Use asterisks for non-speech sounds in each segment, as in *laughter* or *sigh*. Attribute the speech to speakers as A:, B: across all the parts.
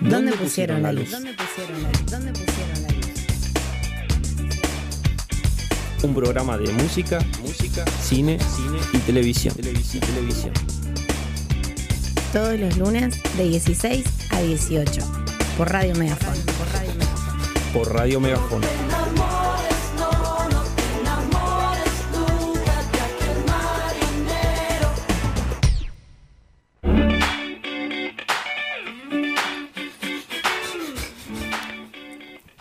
A: ¿Dónde pusieron la luz?
B: ¿Dónde pusieron la luz? ¿Dónde pusieron la luz?
C: Un programa de música, música, cine, cine y televisión. Televisión, televisión.
B: Todos los lunes de 16 a 18 por Radio Megafon.
C: Por Radio Megafon.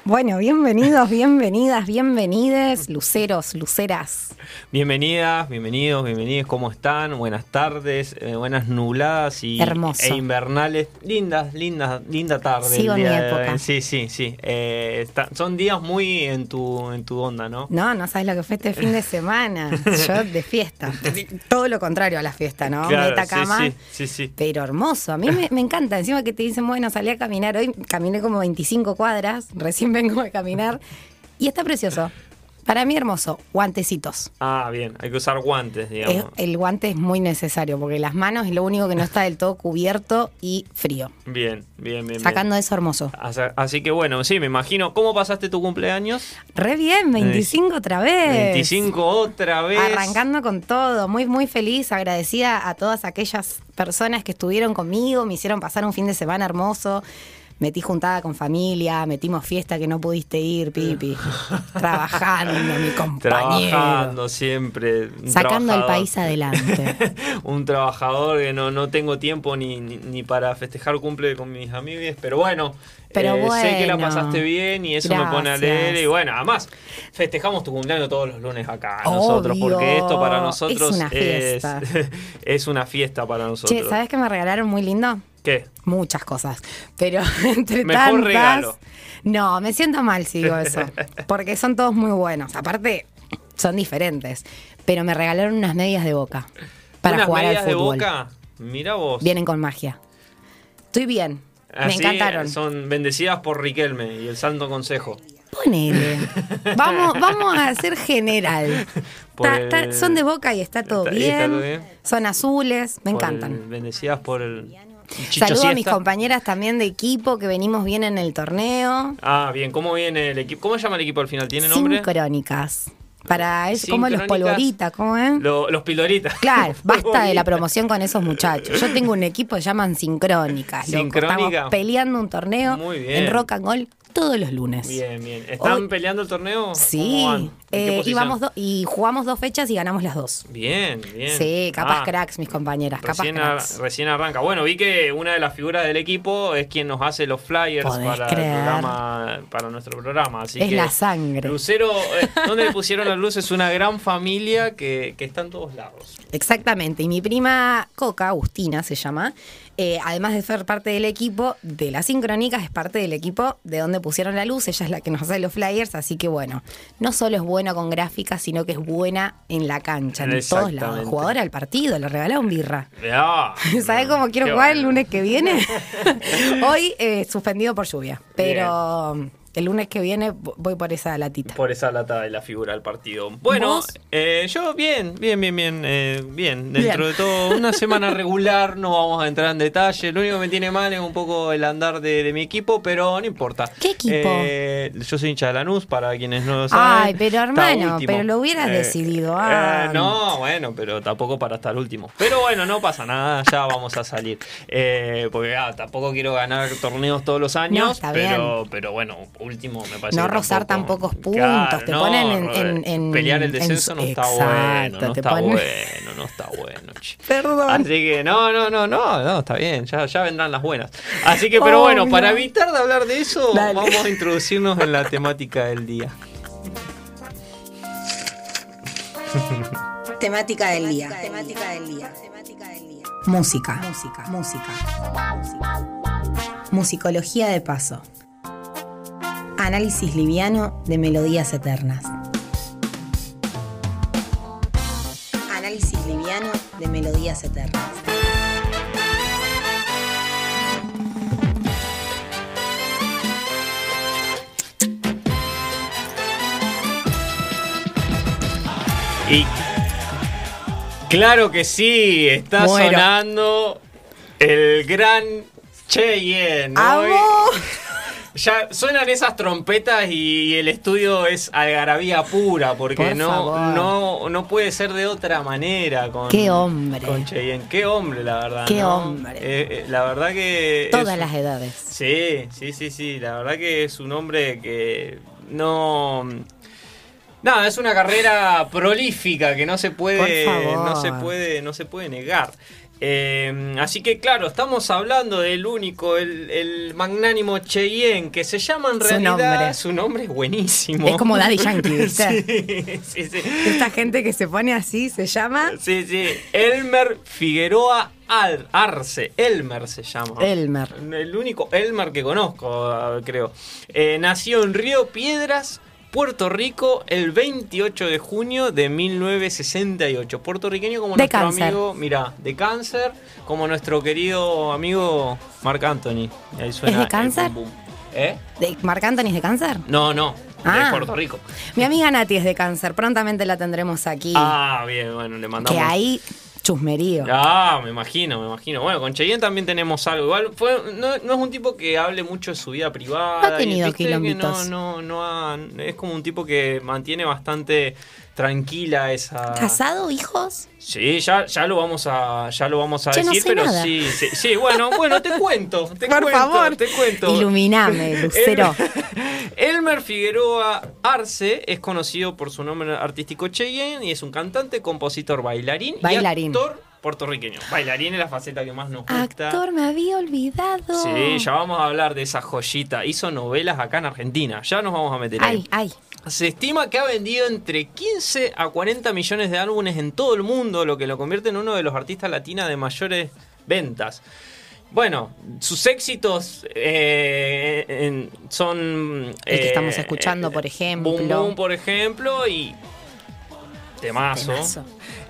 B: Bueno, bienvenidos, bienvenidas, bienvenides, luceros, luceras.
C: Bienvenidas, bienvenidos, bienvenidos. ¿Cómo están? Buenas tardes, eh, buenas nubladas y
B: Hermoso.
C: e invernales. Lindas, lindas, linda tarde.
B: Sigo
C: el
B: en mi
C: día de hoy.
B: época.
C: Sí, sí, sí. Eh, está- son días muy en tu, en tu onda, ¿no?
B: No, no sabes lo que fue este fin de semana. Yo de fiesta. Todo lo contrario a la fiesta, ¿no?
C: Claro,
B: Meta cama.
C: sí, sí, sí, sí.
B: Pero hermoso, a mí me, me encanta. Encima que te dicen, bueno, salí a caminar. Hoy caminé como 25 cuadras, recién vengo de caminar. Y está precioso. Para mí hermoso, guantecitos.
C: Ah, bien, hay que usar guantes,
B: Es-
C: digamos.
B: el guante es muy necesario porque las manos es lo único que no está del todo cubierto y frío.
C: Bien, bien, bien. bien.
B: Sacando eso hermoso.
C: Así, así que bueno, sí, me imagino. ¿Cómo pasaste tu cumpleaños?
B: Re bien, 25 otra vez.
C: 25 otra vez.
B: Arrancando con todo, muy muy feliz, agradecida a todas aquellas personas que estuvieron conmigo, me hicieron pasar un fin de semana hermoso. Metí juntada con familia, metimos fiesta que no pudiste ir,
C: *laughs*
B: Pipi. Trabajando, mi compañero.
C: Trabajando siempre. un
B: Sacando al
C: trabajador.
B: país
C: *laughs*
B: adelante.
C: un trabajador que no, no tengo tiempo ni, ni, ni para festejar cumple con mis amigos, pero bueno, eh,
B: Pero
C: sé que la
B: bueno.
C: pasaste bien y eso me pone
B: Gracias.
C: alegre. Y bueno, además, festejamos tu cumpleaños todos los lunes acá nosotros,
B: Obvio.
C: porque esto para
B: Es
C: nosotros
B: una fiesta.
C: es, *laughs* es una fiesta para nosotros.
B: Che, ¿sabes qué me regalaron muy lindo?
C: ¿Qué?
B: Muchas cosas. Pero *laughs* entre
C: Mejor
B: tantas.
C: regalo.
B: No, me siento mal si digo
C: *laughs*
B: eso. Porque son todos muy buenos. Aparte, son diferentes. Pero me regalaron unas medias de boca para
C: ¿Unas
B: jugar al
C: medias de
B: fútbol.
C: boca? Mira vos.
B: Vienen con magia. Estoy bien. me
C: Así
B: encantaron.
C: Son bendecidas por Riquelme y el Santo Consejo. *laughs*
B: Ponele. Vamos, vamos a ser general.
C: Por
B: Ta- ta-
C: el-
B: son de boca y está todo,
C: Pues, Está- y
B: bien.
C: está todo bien.
B: Son azules. Me
C: Por el-
B: encantan.
C: bendecidas por el. Chicho
B: Saludo a mis
C: Siesta.
B: compañeras también de equipo que venimos bien en el torneo.
C: Ah, bien, ¿cómo viene el equipo? ¿Cómo se llama el equipo al final? ¿Tiene
B: Sin
C: nombre?
B: crónicas. Para eso,
C: Sin
B: como los
C: crónicas.
B: polvoritas, ¿cómo es?
C: Lo- los piloritas. *laughs*
B: Claro, basta de la
C: Polvorita.
B: promoción con esos muchachos. Yo tengo un equipo que llaman Sincrónicas. loco.
C: Sin Crónica.
B: Estamos peleando un torneo
C: Muy bien.
B: en Rock and Roll todos los lunes.
C: Bien, bien. ¿Están
B: Hoy-
C: peleando el torneo?
B: Sí,
C: ¿Cómo van? ¿En qué
B: eh, y,
C: posición?
B: vamos do- y jugamos dos fechas y ganamos las dos.
C: Bien, bien.
B: Sí, capaz
C: Ah,
B: cracks, mis compañeras, capaz
C: Recién, ar-
B: cracks.
C: recién arranca. Bueno, vi que una de las figuras del equipo es quien nos hace los flyers
B: Podés
C: para,
B: creer.
C: el programa, para nuestro programa. Así
B: Es
C: que,
B: la sangre.
C: Lucero,
B: *laughs*
C: eh, ¿dónde le pusieron las luces? Una gran familia que, que está en
B: *laughs*
C: todos lados.
B: Exactamente, y mi prima Coca, Agustina se llama, eh, además de ser parte del equipo de las sincrónicas, es parte del equipo de donde pusieron la luz, ella es la que nos hace los flyers, así que bueno, no solo es buena con gráficas, sino que es buena en la cancha, en todos lados,
C: Exactamente.
B: jugadora al partido, le regalaron birra.
C: Ah,
B: *laughs* ¿Sabes cómo quiero
C: qué
B: jugar el
C: bueno.
B: lunes que
C: *laughs*
B: viene? Hoy eh, suspendido por lluvia, pero el lunes que viene voy por esa latita.
C: Por esa lata de la figura del partido. Bueno,
B: ¿Vos?
C: eh, yo bien, bien, bien, bien, eh, bien. Dentro
B: Bien.
C: de todo, una semana regular, no vamos a entrar en detalle. Lo único que me tiene mal es un poco el andar de, de mi equipo, pero no importa.
B: ¿Qué equipo?
C: Eh, yo soy hincha de Lanús, para quienes no lo saben.
B: Ay, pero
C: Está
B: hermano,
C: último.
B: pero lo hubieras decidido
C: eh,
B: antes.
C: no, bueno, pero tampoco para estar último. Pero bueno, no pasa nada, ya vamos a salir. Eh, porque ah, tampoco quiero ganar torneos todos los años,
B: No, está
C: pero, pero bueno, último me parece.
B: No
C: que
B: rozar tan
C: tampoco-
B: pocos puntos,
C: Claro,
B: te
C: no,
B: ponen en,
C: no,
B: en- en-
C: Pelear el
B: en
C: descenso no
B: su-
C: está
B: Exacto,
C: bueno, no
B: te
C: está
B: ponen-
C: bueno, no está bueno. che.
B: *laughs* Perdón.
C: Así que no, no, no, no, no, está bien, ya, ya vendrán las buenas. Así que, pero bueno,
B: Obvio.
C: para evitar de hablar de eso,
B: Oh, Dale.
C: vamos a introducirnos en la temática del día.
B: Temática del día. Temática del día. Música. Música. Música. Musicología de paso. Análisis liviano de melodías eternas. Análisis liviano de melodías eternas.
C: Y claro que sí, está
B: Muero.
C: sonando el gran Che, bien. hoy-
B: ¡Amo!
C: Ya suenan esas trompetas y el estudio es algarabía pura, porque
B: Por favor.
C: no, no, no puede ser de otra manera. Con,
B: Qué hombre.
C: Con Cheyenne. Qué hombre, la verdad.
B: Qué
C: ¿no?
B: hombre.
C: Eh, eh, la verdad que.
B: Todas
C: es-
B: las edades.
C: Sí, sí, sí, sí. La verdad que es un hombre que no. Nada, es una carrera prolífica que no se puede,
B: Por favor.
C: no se puede, no se puede negar. Eh, así que claro, estamos hablando del único, el, el magnánimo Cheyenne, que se llama en
B: Su
C: realidad.
B: nombre.
C: Su nombre es buenísimo.
B: Es como Daddy
C: *laughs*
B: Yankee, ¿viste?
C: sí, sí, sí.
B: Esta gente que se pone así se llama
C: Sí, sí. Elmer Figueroa Al- Arce. Elmer se llama.
B: Elmer.
C: El único Elmer que conozco, ah, creo. Eh, nació en Río Piedras, Puerto Rico, el 28 de junio de 1968. Puertorriqueño como
B: De
C: nuestro
B: cáncer.
C: amigo, mira, de cáncer, como nuestro querido amigo Marc Anthony. Ahí suena
B: de
C: el
B: cáncer?
C: bum bum. ¿Eh?
B: ¿De ¿Marc Anthony es de cáncer?
C: No, no.
B: Ah.
C: De Puerto Rico.
B: Mi amiga Nati es de cáncer, prontamente la tendremos aquí.
C: Ah, bien, bueno, le mandamos.
B: que ahí, chusmerío.
C: Ah, me imagino, me imagino. Bueno, con Cheyenne también tenemos algo. Igual fue, no, no es un tipo que hable mucho de su vida privada.
B: No ha
C: y
B: tenido
C: viste que
B: quilombitos.
C: No, no, no ha- es como un tipo que mantiene bastante tranquila esa.
B: ¿Casado, hijos?
C: Sí, ya, ya lo vamos a, ya lo vamos a
B: Che, no
C: decir,
B: sé
C: pero
B: nada.
C: sí, sí, sí, bueno, bueno, te cuento, te
B: Por
C: cuento,
B: favor.
C: te cuento. *laughs*
B: Iluminame, Lucero. *laughs*
C: Elmer, Elmer Figueroa Arce es conocido por su nombre artístico Cheyenne y es un cantante, compositor, bailarín,
B: Bailarín.
C: y actor puertorriqueño. Bailarín es la faceta que más nos gusta.
B: Actor, me había olvidado.
C: Sí, ya vamos a hablar de esa joyita. Hizo novelas acá en Argentina. Ya nos vamos a meter ahí.
B: Ay, ay.
C: Se estima que ha vendido entre 15 a 40 millones de álbumes en todo el mundo, lo que lo convierte en uno de los artistas latinos de mayores ventas. Bueno, sus éxitos eh, en- son... eh,
B: El que estamos escuchando, por ejemplo.
C: Boom Boom, por ejemplo, y... Temazo.
B: Temazo.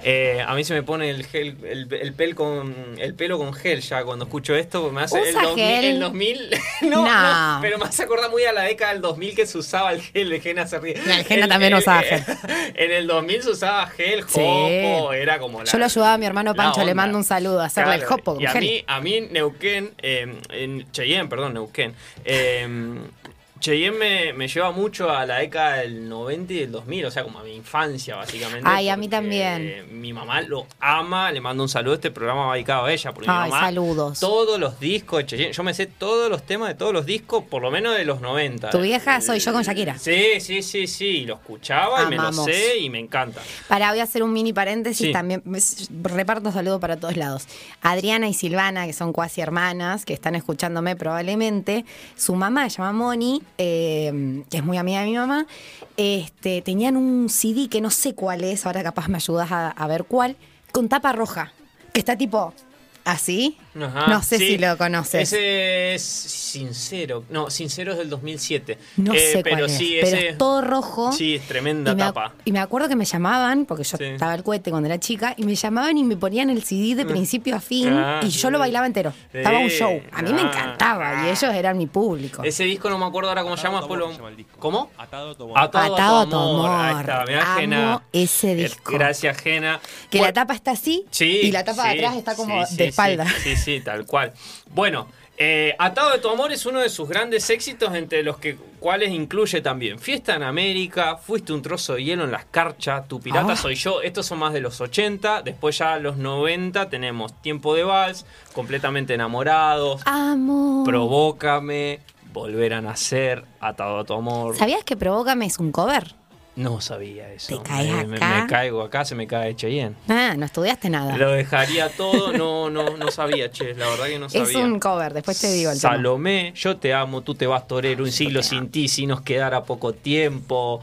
C: Eh, a mí se me pone el, gel- el, el pel con, el pelo con gel ya cuando escucho esto. porque Me hace el
B: Usa
C: 2000,
B: gel.
C: el 2000 *laughs* no,
B: No.
C: no, pero pero me hace acordar muy a la década del 2000 que se usaba el gel. El Jena se ríe.
B: El Jena también usaba gel.
C: *laughs* En el 2000 se usaba gel,
B: Sí.
C: jopo, era como la.
B: Yo lo ayudaba a mi hermano
C: la
B: Pancho, le
C: onda.
B: mando un saludo a hacerle el
C: Claro,
B: hopo con
C: y a
B: gel.
C: mí, a mí Neuquén, eh, en Cheyenne, perdón, Neuquén. eh, Cheyenne me, me lleva mucho a la década del 90 y del 2000, o sea, como a mi infancia, básicamente.
B: Ay, a mí
C: porque
B: también.
C: Mi mamá lo ama, le mando un saludo. Este programa va dedicado a ella, porque
B: Ay,
C: mi mamá
B: saludos.
C: todos los discos de Cheyenne. Yo me sé todos los temas de todos los discos, por lo menos de los 90.
B: Tu vieja soy yo con Shakira.
C: Sí, sí, sí, sí. Lo escuchaba y me lo
B: Amamos.
C: sé y me encanta.
B: Para, voy a hacer un mini paréntesis
C: Sí.
B: también. es- Reparto saludos para todos lados. Adriana y Silvana, que son cuasi hermanas, que están escuchándome probablemente. Su mamá, se llama Moni, eh, que es muy amiga de mi mamá. Este, tenían un CD que no sé cuál es, ahora capaz me ayudas a, a ver cuál, con tapa roja, que está tipo así.
C: Ajá,
B: no sé
C: sí.
B: si lo conoces.
C: Ese es sincero. No, sincero es del 2007.
B: No
C: Eh,
B: sé
C: pero
B: cuál es,
C: sí,
B: pero
C: ese-
B: es todo rojo.
C: Sí, es tremenda
B: Y me, ac-
C: tapa.
B: y me acuerdo que me llamaban, porque yo
C: Sí.
B: estaba al cohete cuando era chica, y me llamaban y me ponían el CD de principio a fin,
C: Mm. Ah,
B: y yo lo
C: sí.
B: bailaba entero.
C: Sí.
B: Estaba un show. A mí me
C: Ah.
B: encantaba, y ellos eran mi público.
C: Ese disco no me acuerdo ahora cómo se llama.
A: Atado a
C: después
A: tu amor se
C: lo-
A: llama el disco.
C: ¿Cómo?
A: Atado a tu amor.
C: Atado,
B: Atado a tu
C: Ahí
B: amor.
C: está, mirá,
B: Amo
C: Jena.
B: ese
C: Eh,
B: disco.
C: Gracias, Jena.
B: que
C: Bueno,
B: la tapa está así,
C: Sí,
B: y la tapa de
C: sí,
B: atrás está como
C: sí, sí,
B: de espalda.
C: *laughs* Sí, sí, sí, tal cual. Bueno, eh, Atado de tu amor es uno de sus grandes éxitos, entre los que, cuales incluye también Fiesta en América, Fuiste un trozo de hielo en las carchas, Tu pirata
B: Ah.
C: soy yo. Estos son más de los 80. Después, ya a los 90, tenemos Tiempo de Vals, Completamente Enamorados,
B: Ah. Amo.
C: Provócame, Volver a Nacer, Atado a tu amor.
B: ¿Sabías que Provócame es un cover?
C: No sabía eso.
B: Te caes
C: Me- me-
B: acá.
C: me caigo acá, se me cae Cheyenne.
B: Ah, no estudiaste nada.
C: Lo dejaría todo, no, no, no sabía, che, la verdad que no sabía.
B: es un cover, después te digo el tema.
C: Salomé, yo te amo, tú te vas torero, un siglo sin ti, si nos quedara poco tiempo.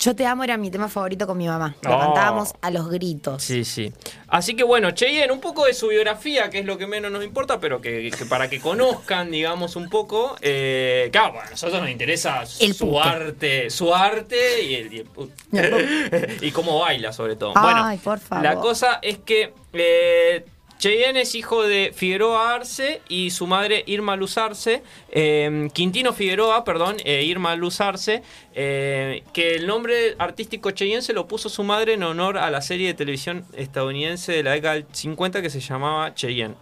B: Yo te amo era mi tema favorito con mi mamá. Lo
C: Oh.
B: cantábamos a los gritos.
C: Sí, sí. Así que bueno, Cheyenne, un poco de su biografía, que es lo que menos nos importa, pero que, que para que conozcan, digamos, un poco. Eh, claro, bueno, a nosotros nos interesa
B: El
C: su
B: puto.
C: arte, su arte y, el- y el put- *laughs* y cómo baila, sobre todo.
B: Ay,
C: bueno,
B: por favor.
C: la cosa es que eh, Cheyenne es hijo de Figueroa Arce y su madre Irma Luz Arce, eh, Quintino Figueroa, perdón, eh, Irma Luz Arce, eh, que el nombre artístico Cheyenne se lo puso su madre en honor a la serie de televisión estadounidense de la década del 50 que se llamaba Cheyenne.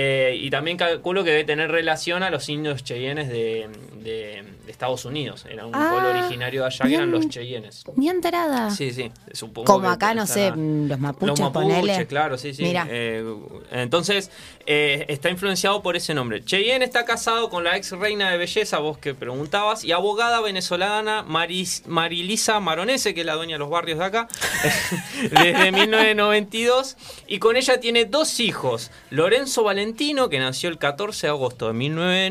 C: Eh, y también calculo que debe tener relación a los indios cheyennes de, de- de Estados Unidos. Era un
A: Ah,
C: pueblo originario de allá que eran
A: bien.
C: los cheyennes.
A: Ni enterada.
C: Sí, sí, supongo.
B: Como
C: que
B: acá, no sé,
C: estará-
B: mm, los mapuches,
C: los mapuches,
B: ponele.
C: claro, sí, sí.
B: Mirá.
C: Eh, entonces, eh, está influenciado por ese nombre. Cheyenne está casado con la ex reina de belleza, vos que preguntabas, y abogada venezolana Maris- Marilisa Maronese, que es la dueña de los barrios de acá, *laughs*
B: *laughs*
C: desde 1992. Y con ella tiene dos hijos: Lorenzo Valentino, que nació el 14 de agosto de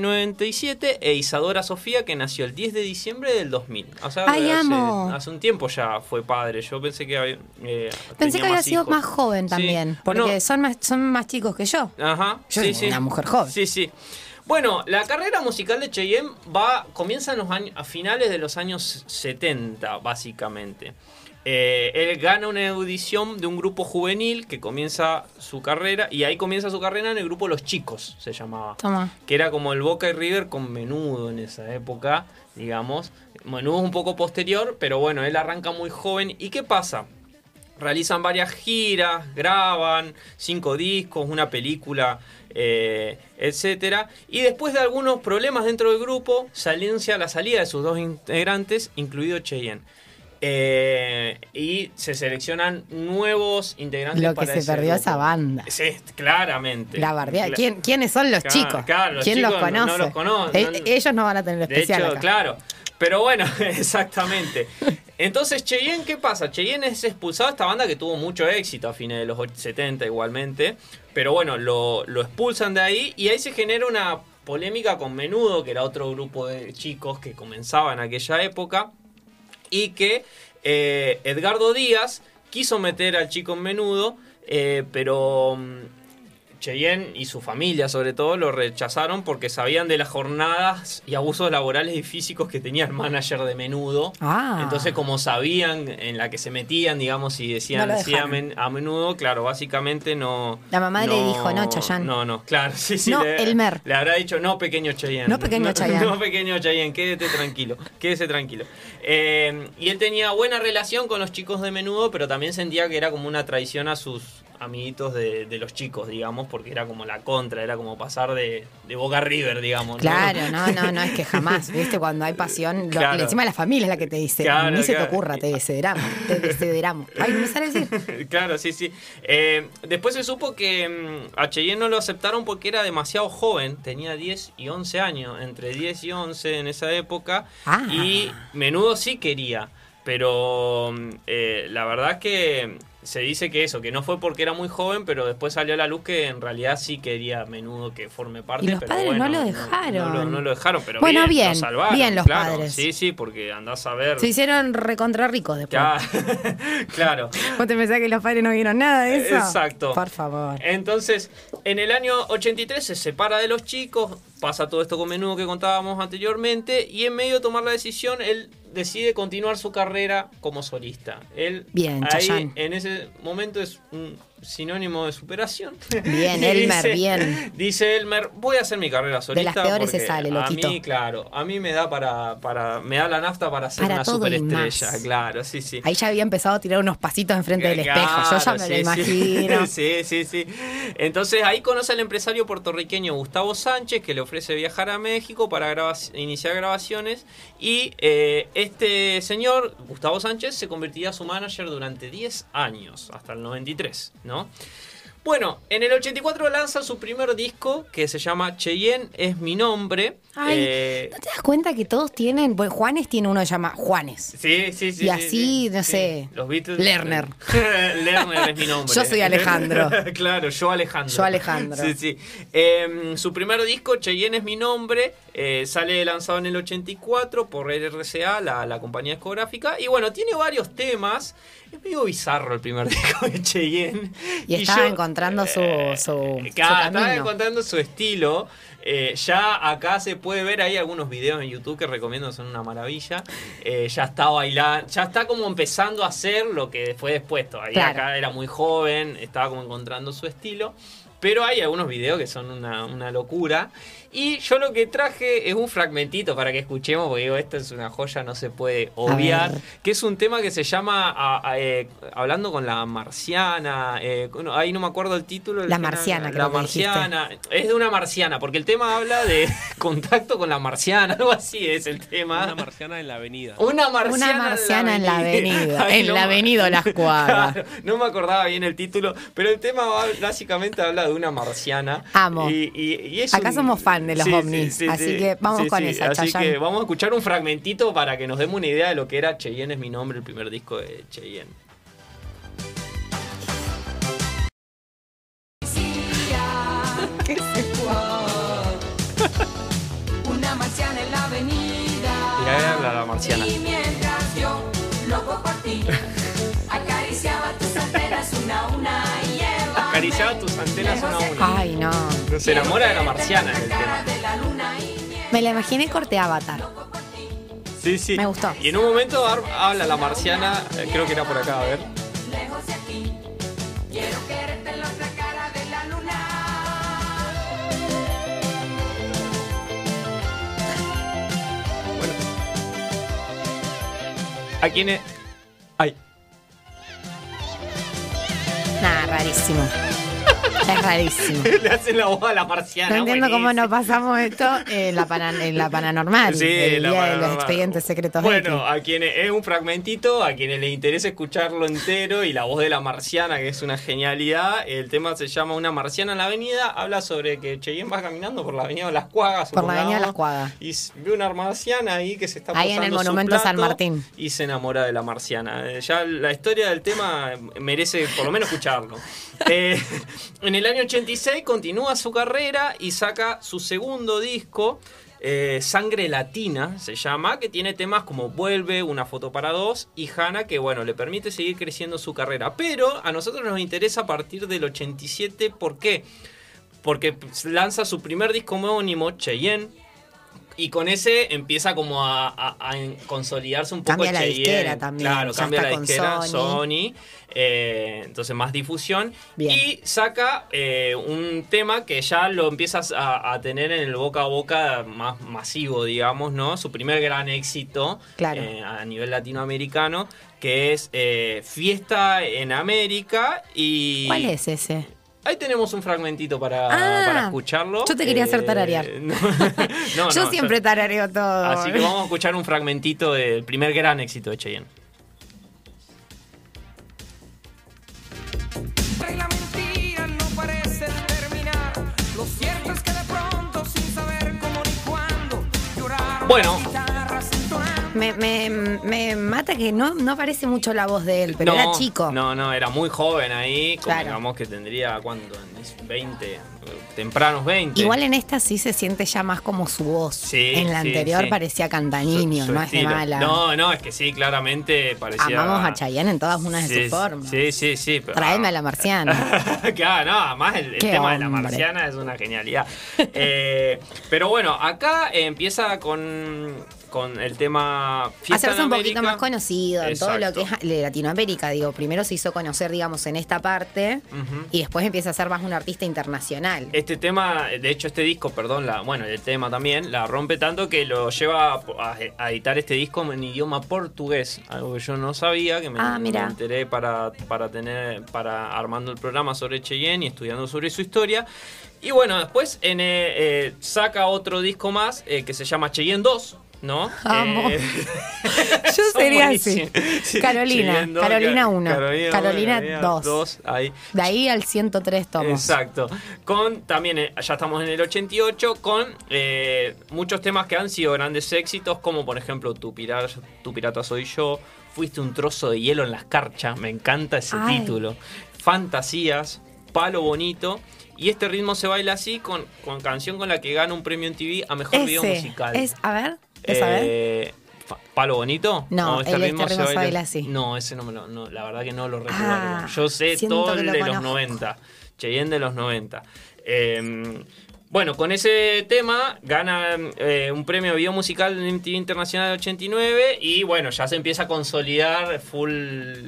C: 1997, e Isadora Sofía, que nació el 10 de diciembre del 2000. O sea,
B: Ay,
C: hace,
B: amo.
C: hace un tiempo ya fue padre. Yo pensé que había. eh,
B: Pensé
C: tenía
B: que había sido
C: hijos.
B: más joven
C: Sí.
B: también,
C: No,
B: porque son, más, son más chicos que yo.
C: Ajá.
B: Yo soy
C: sí, sí.
B: una mujer joven.
C: Sí, sí. Bueno, la carrera musical de Cheyenne va, comienza en los años, a finales de los años 70, básicamente. Eh, él gana una audición de un grupo juvenil que comienza su carrera, y ahí comienza su carrera en el grupo Los Chicos, se llamaba
B: Toma.
C: que era como el Boca y River con menudo en esa época, digamos. Menudo es un poco posterior, pero bueno, él arranca muy joven. ¿Y qué pasa? Realizan varias giras, graban cinco discos, una película, eh, etcétera. Y después de algunos problemas dentro del grupo, se anuncia la salida de sus dos integrantes, incluido Cheyenne. Eh, y se seleccionan nuevos integrantes.
B: Lo que
C: para
B: se
C: ese
B: perdió
C: grupo.
B: esa banda.
C: Sí, claramente.
B: La bardea.
C: Cla-
B: ¿Quién- ¿Quiénes son los
C: Claro,
B: chicos?
C: claro, los
B: ¿Quién los
C: chicos no-
B: conoce?
C: no los conoce,
B: Eh,
C: no-
B: ellos no van a tener
C: de hecho,
B: especial acá.
C: claro. Pero bueno, *laughs* exactamente. Entonces, Cheyenne, ¿qué pasa? Cheyenne es expulsado de esta banda que tuvo mucho éxito a fines de los 80, 70 igualmente. Pero bueno, lo, lo expulsan de ahí y ahí se genera una polémica con Menudo, que era otro grupo de chicos que comenzaba en aquella época. Y que eh, Edgardo Díaz quiso meter al chico en Menudo, eh, pero mm, Cheyenne y su familia, sobre todo, lo rechazaron porque sabían de las jornadas y abusos laborales y físicos que tenía el manager de menudo.
B: Ah.
C: Entonces, como sabían en la que se metían, digamos, y
B: No
C: decían
B: lo
C: sí a,
B: dejaron.
C: men- a menudo, claro, básicamente no.
B: La mamá le dijo, "No, Chayanne".
C: No, no, claro, *laughs* sí, sí.
B: No,
C: le,
B: Elmer.
C: Le habrá dicho, no, pequeño Cheyenne.
B: No, pequeño Chayanne.
C: *laughs* No, pequeño Chayanne, quédate tranquilo, quédese tranquilo. Eh, y él tenía buena relación con los chicos de menudo, pero también sentía que era como una traición a sus amiguitos de, de los chicos, digamos, porque era como la contra, era como pasar de, de Boca a River, digamos. ¿no?
B: Claro, no, no, no, es que jamás, ¿viste? Cuando hay pasión, lo-
C: Claro.
B: encima la familia es la que te dice,
C: Claro,
B: ni se
C: claro.
B: te ocurra, te desederamos, te desederamos. Ay, no me sale decir.
C: *laughs* claro, sí, sí. Eh, después se supo que mm, a Cheyenne no lo aceptaron porque era demasiado joven, tenía 10 y 11 años, entre 10 y 11 en esa época,
B: Ah.
C: y menudo sí quería, pero mm, eh, la verdad es que se dice que eso, que no fue porque era muy joven, pero después salió a la luz que en realidad sí quería menudo que forme parte.
B: Y los
C: pero
B: padres no
C: bueno,
B: lo
C: No,
B: dejaron.
C: lo, no lo dejaron, pero
B: Bueno,
C: bien,
B: bien,
C: lo salvaron,
B: bien los
C: claro.
B: padres.
C: Sí, sí, porque andás a ver. *laughs*
B: Se hicieron recontra ricos después.
C: Ya, *laughs* claro.
B: ¿Vos te pensás que los padres no vieron nada de eso?
C: Exacto.
B: Por favor.
C: Entonces, en el año 83 se separa de los chicos, pasa todo esto con menudo que contábamos anteriormente, y en medio de tomar la decisión, él decide continuar su carrera como solista. Él,
B: Bien,
C: ahí,
B: Chayanne.
C: en ese momento es un sinónimo de superación.
B: Bien,
C: *laughs* Y
B: Elmer,
C: dice-
B: bien.
C: Dice Elmer, voy a hacer mi carrera solista.
B: peores se
C: porque
B: sale, loquito.
C: A mí, claro, a mí me da para, para me da la nafta para ser
B: Para
C: una
B: todo y más.
C: superestrella, claro, sí, sí.
B: Ahí ya había empezado a tirar unos pasitos enfrente del
C: Eh, Claro,
B: espejo. Yo ya me lo
C: sí, sí.
B: imagino.
C: *laughs* Sí, sí, sí. Entonces ahí conoce al empresario puertorriqueño Gustavo Sánchez, que le ofrece viajar a México para grava- iniciar grabaciones. Y eh, este señor, Gustavo Sánchez, se convertiría a su manager durante 10 años, hasta el 93, ¿no? Bueno, en el 84 lanza su primer disco que se llama Cheyenne es mi nombre.
B: Ay,
C: Eh,
B: ¿No te das cuenta que todos tienen? Bueno, Juanes tiene uno que se llama Juanes.
C: Sí, sí, sí.
B: Y
C: sí,
B: así,
C: sí.
B: no
C: Sí.
B: sé,
C: Los Beatles. eh,
B: Lerner.
C: *laughs* Lerner es mi nombre.
B: Yo soy Alejandro.
C: *laughs* claro, yo Alejandro.
B: Yo Alejandro.
C: Sí, sí. Eh, su primer disco, Cheyenne es mi nombre, eh, sale lanzado en el 84 por RCA, la, la compañía discográfica. Y bueno, tiene varios temas. Es medio bizarro el primer *laughs* disco de Cheyenne.
B: Y estaba
C: yo- eh,
B: encontrando su, su, su
C: Claro, estaba
B: camino.
C: encontrando su estilo. Eh, ya acá se puede ver, hay algunos videos en YouTube que recomiendo, son una maravilla. Eh, ya está bailando, ya está como empezando a hacer lo que fue después. Todavía
B: Claro.
C: acá era muy joven, estaba como encontrando su estilo. Pero hay algunos videos que son una, una locura. Y yo lo que traje es un fragmentito para que escuchemos, porque digo, esto es una joya, no se puede obviar.
B: ver.
C: Que es un tema que se llama a- a, eh, Hablando con la marciana. eh, no, ahí no me acuerdo el título. el
B: La
C: final,
B: marciana,
C: La
B: creo que dijiste.
C: marciana. Es de una marciana, porque el tema habla de *laughs* contacto con la marciana, algo así es el tema.
A: Una marciana en la avenida.
C: Una marciana,
B: Una marciana en la avenida.
C: *laughs* Ay,
B: En
C: no
B: la
C: me-
B: avenida Las Cuadras.
C: *laughs* Claro, no me acordaba bien el título, pero el tema va- básicamente habla de una marciana.
B: Amo.
C: Y, y- y es
B: Acá
C: un-
B: somos fan de los ovnis, así que vamos con esa,
C: Así
B: Chayanne.
C: que vamos a escuchar un fragmentito para que nos demos una idea de lo que era Cheyenne es mi nombre, el primer disco de Cheyenne.
D: que se Una marciana en la avenida.
C: Y ahí habla la marciana.
D: Y mientras yo, loco por ti, acariciaba tus antenas una a una y lleva.
C: Acariciaba tus antenas una a una.
B: Ay, no.
C: Se enamora de la marciana en el tema.
D: De la luna y
B: Me la imaginé corte avatar.
C: Sí, sí.
B: Me gustó.
C: Y en un momento ar- habla la marciana, eh, creo que era por acá, a ver.
D: lejos de aquí. Quiero quererte en la otra cara de la luna.
C: ¿A quién es? Ay. *laughs*
B: Nah, rarísimo. Es rarísimo.
C: Le hacen la voz a la marciana.
B: No entiendo cómo
C: Ah, buenísimo.
B: no pasamos esto en la, pana- en la Paranormal.
C: Sí,
B: el
C: la
B: día de
C: palabra.
B: los expedientes secretos.
C: Bueno, a quienes es un fragmentito, a quienes les interesa escucharlo entero y la voz de la marciana, que es una genialidad. El tema se llama Una marciana en la avenida. Habla sobre que Cheyenne va caminando por la avenida de las Cuagas.
B: Por la avenida de Las
C: supongamos,
B: Cuagas.
C: Y s- ve una marciana ahí que se está
B: Ahí en el
C: posando su
B: monumento a San
C: plato
B: Martín.
C: Y se enamora de la marciana. Eh, Ya la historia del tema merece por lo menos escucharlo.
B: *laughs*
C: Eh, en el año 86 continúa su carrera y saca su segundo disco, eh, Sangre Latina se llama, que tiene temas como Vuelve, Una foto para dos y Hannah, que bueno, le permite seguir creciendo su carrera. Pero a nosotros nos interesa a partir del 87, ¿por qué? Porque lanza su primer disco homónimo, Cheyenne. Y con ese empieza como a, a- a consolidarse un poco
B: Cambia la
C: Cheyenne.
B: disquera también,
C: Claro,
B: ya
C: cambia
B: está
C: la
B: con
C: disquera,
B: Sony.
C: Sony, eh, entonces más difusión.
B: Bien.
C: Y saca eh, un tema que ya lo empiezas a, a tener en el boca a boca más masivo, digamos, ¿no? Su primer gran éxito
B: Claro.
C: eh, a nivel latinoamericano, que es eh, Fiesta en América. Y
B: ¿Cuál es ese?
C: Ahí tenemos un fragmentito para,
B: Ah,
C: para escucharlo. Eh,
B: yo te quería hacer tararear.
C: *laughs* no, no,
B: *laughs* yo
C: no,
B: siempre tarareo todo.
C: Así que vamos a escuchar un fragmentito del primer gran éxito de Cheyenne.
E: Y la mentira no parece terminar. Lo cierto es que de pronto, sin saber cómo ni cuándo, lloraron
C: Bueno.
E: las guitarras entonando.
B: me, me- me mata que no, no parece mucho la voz de él, pero
C: no,
B: era chico.
C: No, no, era muy joven ahí.
B: Claro.
C: Digamos que tendría, ¿cuánto? 20, eh, tempranos 20.
B: Igual en esta sí se siente ya más como su voz.
C: Sí,
B: en la
C: sí,
B: anterior
C: sí.
B: parecía
C: Su-
B: cantaniño,
C: su
B: no es de
C: estilo.
B: mala.
C: No, no, es que sí, claramente parecía.
B: Amamos a Chayanne en todas unas de
C: Sí,
B: sus formas.
C: Sí, Ah. sí, sí. pero-
B: Traeme a la marciana.
C: *laughs* claro, no, además el, el
B: Qué
C: tema de la
B: hombre.
C: marciana es una genialidad. Eh, *laughs* pero bueno, acá eh, empieza con, con el tema Fiesta
B: Hacerse
C: en
B: un poquito
C: América.
B: más conocido en todo lo que es
C: Exacto.
B: de Latinoamérica. Digo, primero se hizo conocer, digamos, en esta parte
C: Ujú.
B: y después empieza a ser más un artista internacional.
C: Este tema, de hecho este disco, perdón, la, bueno, el tema también, la rompe tanto que lo lleva a, a- a editar este disco en idioma portugués, algo que yo no sabía, que me,
B: Ah, mira.
C: me enteré para, para tener, para armando el programa sobre Cheyenne y estudiando sobre su historia. Y bueno, después en, eh, eh, saca otro disco más eh, que se llama Cheyenne 2, ¿no?
B: *laughs* Amo.
C: Eh,
B: Yo
C: *laughs* son
B: sería
C: buenísimos.
B: así.
C: Sí,
B: Carolina,
C: Cheyenne 2,
B: Carolina
C: Ca-
B: 1,
C: Carolina,
B: Carolina 2.
C: 2, ahí.
B: De ahí al 103 tomos.
C: Exacto. Con también, eh, ya estamos en el 88, con eh, muchos temas que han sido grandes éxitos, como por ejemplo Tu, Pirar- tu Pirata Soy Yo, Fuiste un trozo de hielo en las carchas, me encanta ese
B: Ay.
C: título. Fantasías, Palo Bonito. Y este ritmo se baila así con, con canción con la que gana un premio en TV a mejor video
B: Ese
C: musical.
B: es, a ver, es a ver.
C: Eh, fa- ¿Palo bonito?
B: No,
C: ¿O
B: el este ritmo se baila así.
C: No, ese no me lo. no, la verdad que no lo recuerdo.
B: Ah,
C: Yo sé
B: siento
C: todo
B: que
C: el
B: lo
C: de los
B: conozco.
C: 90. Cheyenne de los 90. Eh, Bueno, con ese tema gana eh, un premio Video Musical en MTV Internacional del 89 y bueno, ya se empieza a consolidar full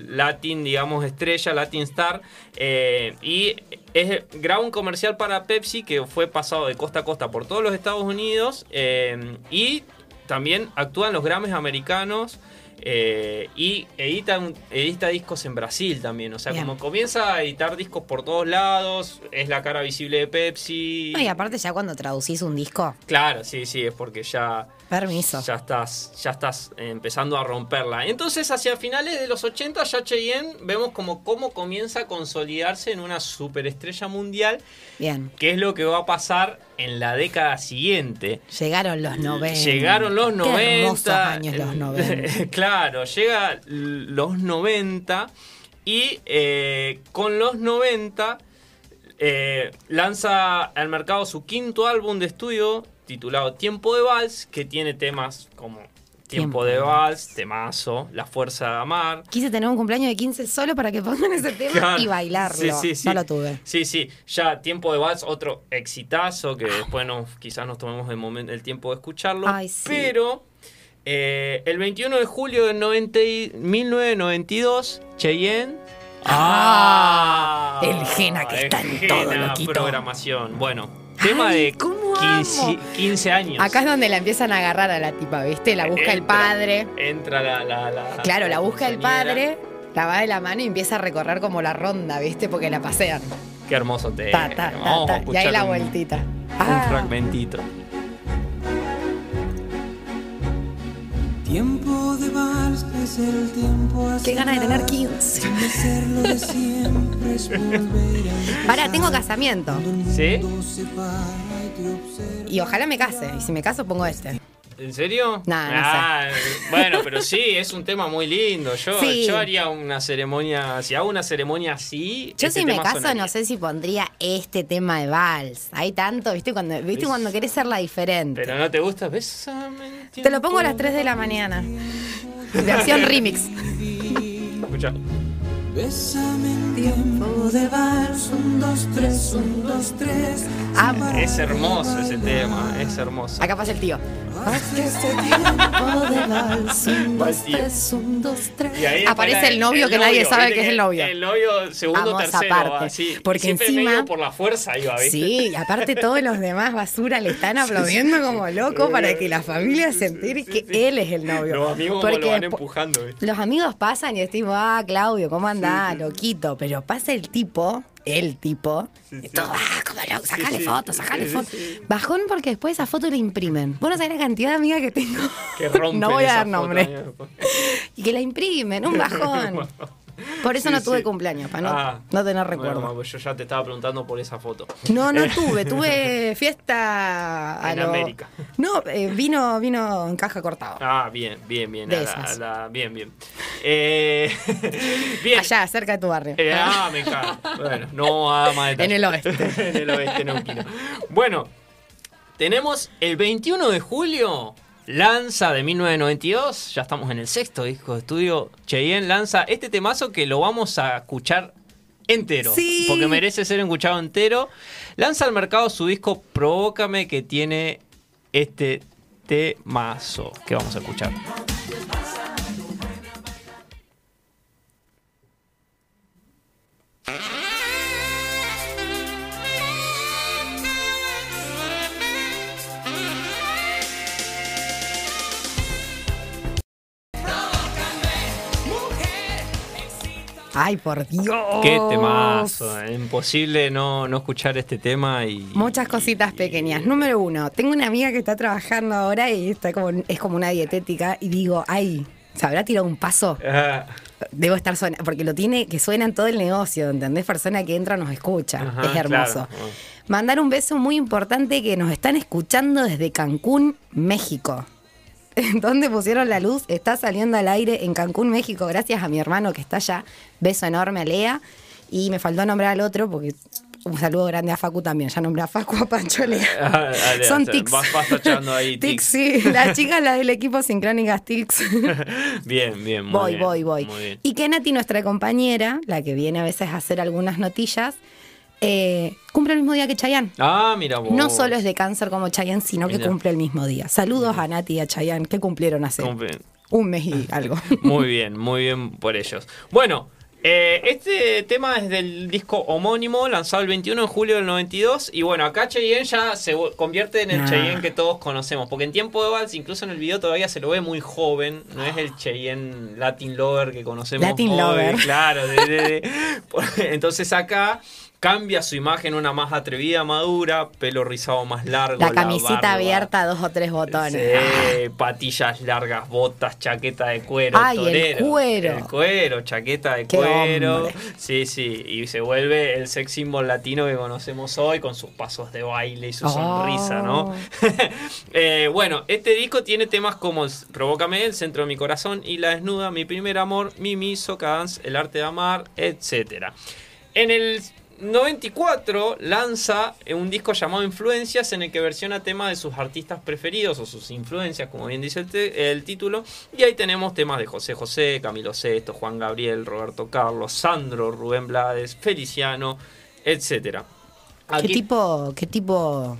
C: Latin, digamos, estrella, Latin Star. eh, y es, graba un comercial para Pepsi que fue pasado de costa a costa por todos los Estados Unidos eh, y también actúan los Grammys americanos. eh, y edita, un- edita discos en Brasil también, o sea,
B: Bien.
C: como comienza a editar discos por todos lados, es la cara visible de Pepsi.
B: No, y aparte ya cuando traducís un disco,
C: Claro, sí, sí, es porque ya,
B: permiso.
C: ya estás, ya estás empezando a romperla. Entonces, hacia finales de los 80, ya Cheyenne vemos como cómo comienza a consolidarse en una superestrella mundial,
B: Bien.
C: que es lo que va a pasar en la década siguiente.
B: Llegaron los 90.
C: Llegaron los 90.
B: Qué hermosos años los 90.
C: *laughs* claro, llega l- los 90 y eh, con los 90 eh, lanza al mercado su quinto álbum de estudio titulado Tiempo de Vals, que tiene temas como Tiempo,
B: Tiempo
C: de
B: de
C: Vals, Temazo, La Fuerza de Amar.
B: Quise tener un cumpleaños de 15 solo para que pongan ese tema
C: Claro.
B: y bailarlo.
C: Sí, sí, sí.
B: No lo tuve.
C: Sí, sí. Ya Tiempo de Vals, otro exitazo que después no, quizás nos tomemos el, momento, el tiempo de escucharlo.
B: Ay, sí.
C: Pero eh, el 21 de julio de 90 y- 1992, Cheyenne.
B: Ah, el Jena que
C: el
B: está en todo,
C: Jena
B: loquito.
C: programación. Bueno, tema
B: Ay,
C: de
B: cómo
C: 15,
B: amo.
C: 15 años.
B: Acá es donde la empiezan a agarrar a la tipa, ¿viste? La busca el
C: Entra-
B: padre.
C: Entra la. la- la-
B: Claro, la busca el
C: quinceañera.
B: padre, la va de la mano y empieza a recorrer como la ronda, ¿viste? Porque la pasean.
C: Qué hermoso te.
B: Ta, ta, ta, ta. Y ahí la vueltita. Ah.
C: Un fragmentito.
A: Tiempo de vals es el tiempo a
B: Qué ganas de tener 15.
A: de ser lo de siempre es volver a
B: Pará, tengo casamiento.
C: ¿Sí?
A: se va y te observa.
B: Y ojalá me case. Y si me caso, pongo este.
C: ¿En serio?
B: Nah, no
C: Ah, Bueno, pero sí, es un tema muy lindo. Yo,
B: Sí.
C: yo haría una ceremonia, si hago una ceremonia así.
B: Yo
C: este
B: si me
C: tema
B: caso,
C: sonaría.
B: no sé si pondría este tema de vals. Hay tanto, ¿viste? Cuando, ¿viste? Cuando querés ser la diferente.
C: Pero no te gusta, bésame.
B: Te lo pongo a las 3 de la mañana. Versión remix.
C: *laughs* Escucha.
A: Bésame en tiempo de vals, un, dos, tres, un, dos, tres.
B: Amo.
C: Es hermoso ese tema, es hermoso.
B: Acá pasa el tío.
A: Hace este tiempo de vals, un,
C: Va el
A: dos,
C: tío.
A: tres, un, dos, tres.
C: Y ahí
B: Aparece
C: está
B: el novio que nadie sabe
C: viste
B: que es el novio.
C: El novio segundo,
B: Amo esa
C: tercero.
B: parte,
C: va, sí.
B: porque
C: Siempre
B: encima-
C: medio por la fuerza iba, ¿viste?
B: Sí, y aparte todos los demás basura le están aplaudiendo como loco para que la familia se entere que él es el novio.
C: Los amigos como lo van
B: despu-
C: empujando, ¿viste?
B: Los amigos pasan y decimos, ah, Claudio, ¿cómo andás, loquito? Pero pasa el tipo, el tipo, y todo, ah, como loco, sacale
C: sí.
B: fotos, sacale
C: Sí,
B: fotos. Bajón porque después esa foto la imprimen. Vos no sabés la cantidad de amigas que tengo.
C: Que rompen
B: no voy a
C: esa
B: dar
C: foto,
B: nombre.
C: amigo.
B: Y que la imprimen, un
C: *laughs*
B: bajón. Por eso
C: Sí,
B: no tuve
C: sí.
B: cumpleaños, para no,
C: Ah.
B: no tener
C: Bueno,
B: recuerdo.
C: pues yo ya te estaba preguntando por esa foto.
B: No, no tuve,
C: *laughs*
B: tuve fiesta a
C: En
B: lo-
C: América.
B: No, eh, vino, vino en caja cortada.
C: Ah, bien, bien, bien.
B: De
C: a la-
B: esas.
C: a la- bien, bien. Eh, *laughs* bien.
B: Allá, cerca de tu barrio.
C: Eh, ah, me encanta. Bueno, no a más detalles.
B: En el oeste.
C: *laughs* en el oeste neuquino. Bueno, tenemos el 21 de julio. Lanza de 1992, ya estamos en el sexto disco de estudio. Cheyenne lanza este temazo que lo vamos a escuchar entero,
B: Sí.
C: porque merece ser escuchado entero. Lanza al mercado su disco Provócame que tiene este temazo que vamos a escuchar.
B: Ay, por Dios.
C: Qué temazo, eh. imposible no, no escuchar este tema y...
B: Muchas cositas pequeñas. Número uno, tengo una amiga que está trabajando ahora y está como, es como una dietética y digo, ay, ¿se habrá tirado un paso?
C: Ah,
B: Debo estar suena, porque lo tiene, que suena en todo el negocio, ¿entendés? Persona que entra nos escucha,
C: Ajá,
B: es hermoso.
C: claro. Ah. Bueno.
B: Mandar un beso muy importante que nos están escuchando desde Cancún, México. *laughs* Donde pusieron la luz, está saliendo al aire en Cancún, México, gracias a mi hermano que está allá. Beso enorme a Lea. Y me faltó nombrar al otro porque un saludo grande a Facu también. Ya nombré a Facu, a Pancho, a Lea.
C: *laughs* Ah, dale,
B: Son
C: o sea,
B: tics.
C: Vas, vas tachando ahí
B: *laughs* Tics,
C: tics.
B: sí.
C: *laughs*
B: Las chicas, las del equipo Sincrónicas Tics.
C: Bien, bien, muy
B: Voy,
C: bien,
B: voy, voy.
C: muy bien.
B: Y que Nati, nuestra compañera, la que viene a veces a hacer algunas notillas, eh, cumple el mismo día que Chayanne.
C: Ah, mira vos.
B: No solo es de cáncer como Chayanne, sino que
C: Mirá.
B: cumple el mismo día. Saludos a Nati y a Chayanne, que cumplieron hace
C: Cumple-
B: un mes
C: *laughs*
B: y algo.
C: Muy bien, muy bien por ellos. Bueno, eh, este tema es del disco homónimo, lanzado el 21 de julio del 92. Y bueno, acá Cheyenne ya se vo- convierte en el
B: Ah.
C: Cheyenne que todos conocemos. Porque en tiempo de vals, incluso en el video todavía se lo ve muy joven. No es el Cheyenne Latin Lover que conocemos.
B: Latin
C: hoy,
B: Lover.
C: *laughs* Claro, de- de- *laughs* de- por- entonces acá. Cambia su imagen, una más atrevida, madura, pelo rizado más largo.
B: La camisita
C: barba.
B: abierta, dos o tres botones. Ah,
C: Sí, patillas largas, botas, chaqueta de cuero.
B: Ay, el
C: torero.
B: cuero.
C: El cuero, chaqueta de
B: Qué
C: cuero.
B: hombre.
C: Sí, sí. Y se vuelve el sex symbol latino que conocemos hoy con sus pasos de baile y su
B: Oh.
C: sonrisa, ¿no? *laughs* Eh, bueno, este disco tiene temas como Provócame, El Centro de mi Corazón y La Desnuda, Mi Primer Amor, Mimi, Soca Dance, El Arte de Amar, etcétera. En el 94 lanza eh, un disco llamado Influencias en el que versiona temas de sus artistas preferidos o sus influencias, como bien dice el, te- el título. Y ahí tenemos temas de José José, Camilo Sesto, Juan Gabriel, Roberto Carlos, Sandro, Rubén Blades, Feliciano, etcétera.
B: ¿Qué
C: Ah, Aquí-
B: tipo, qué tipo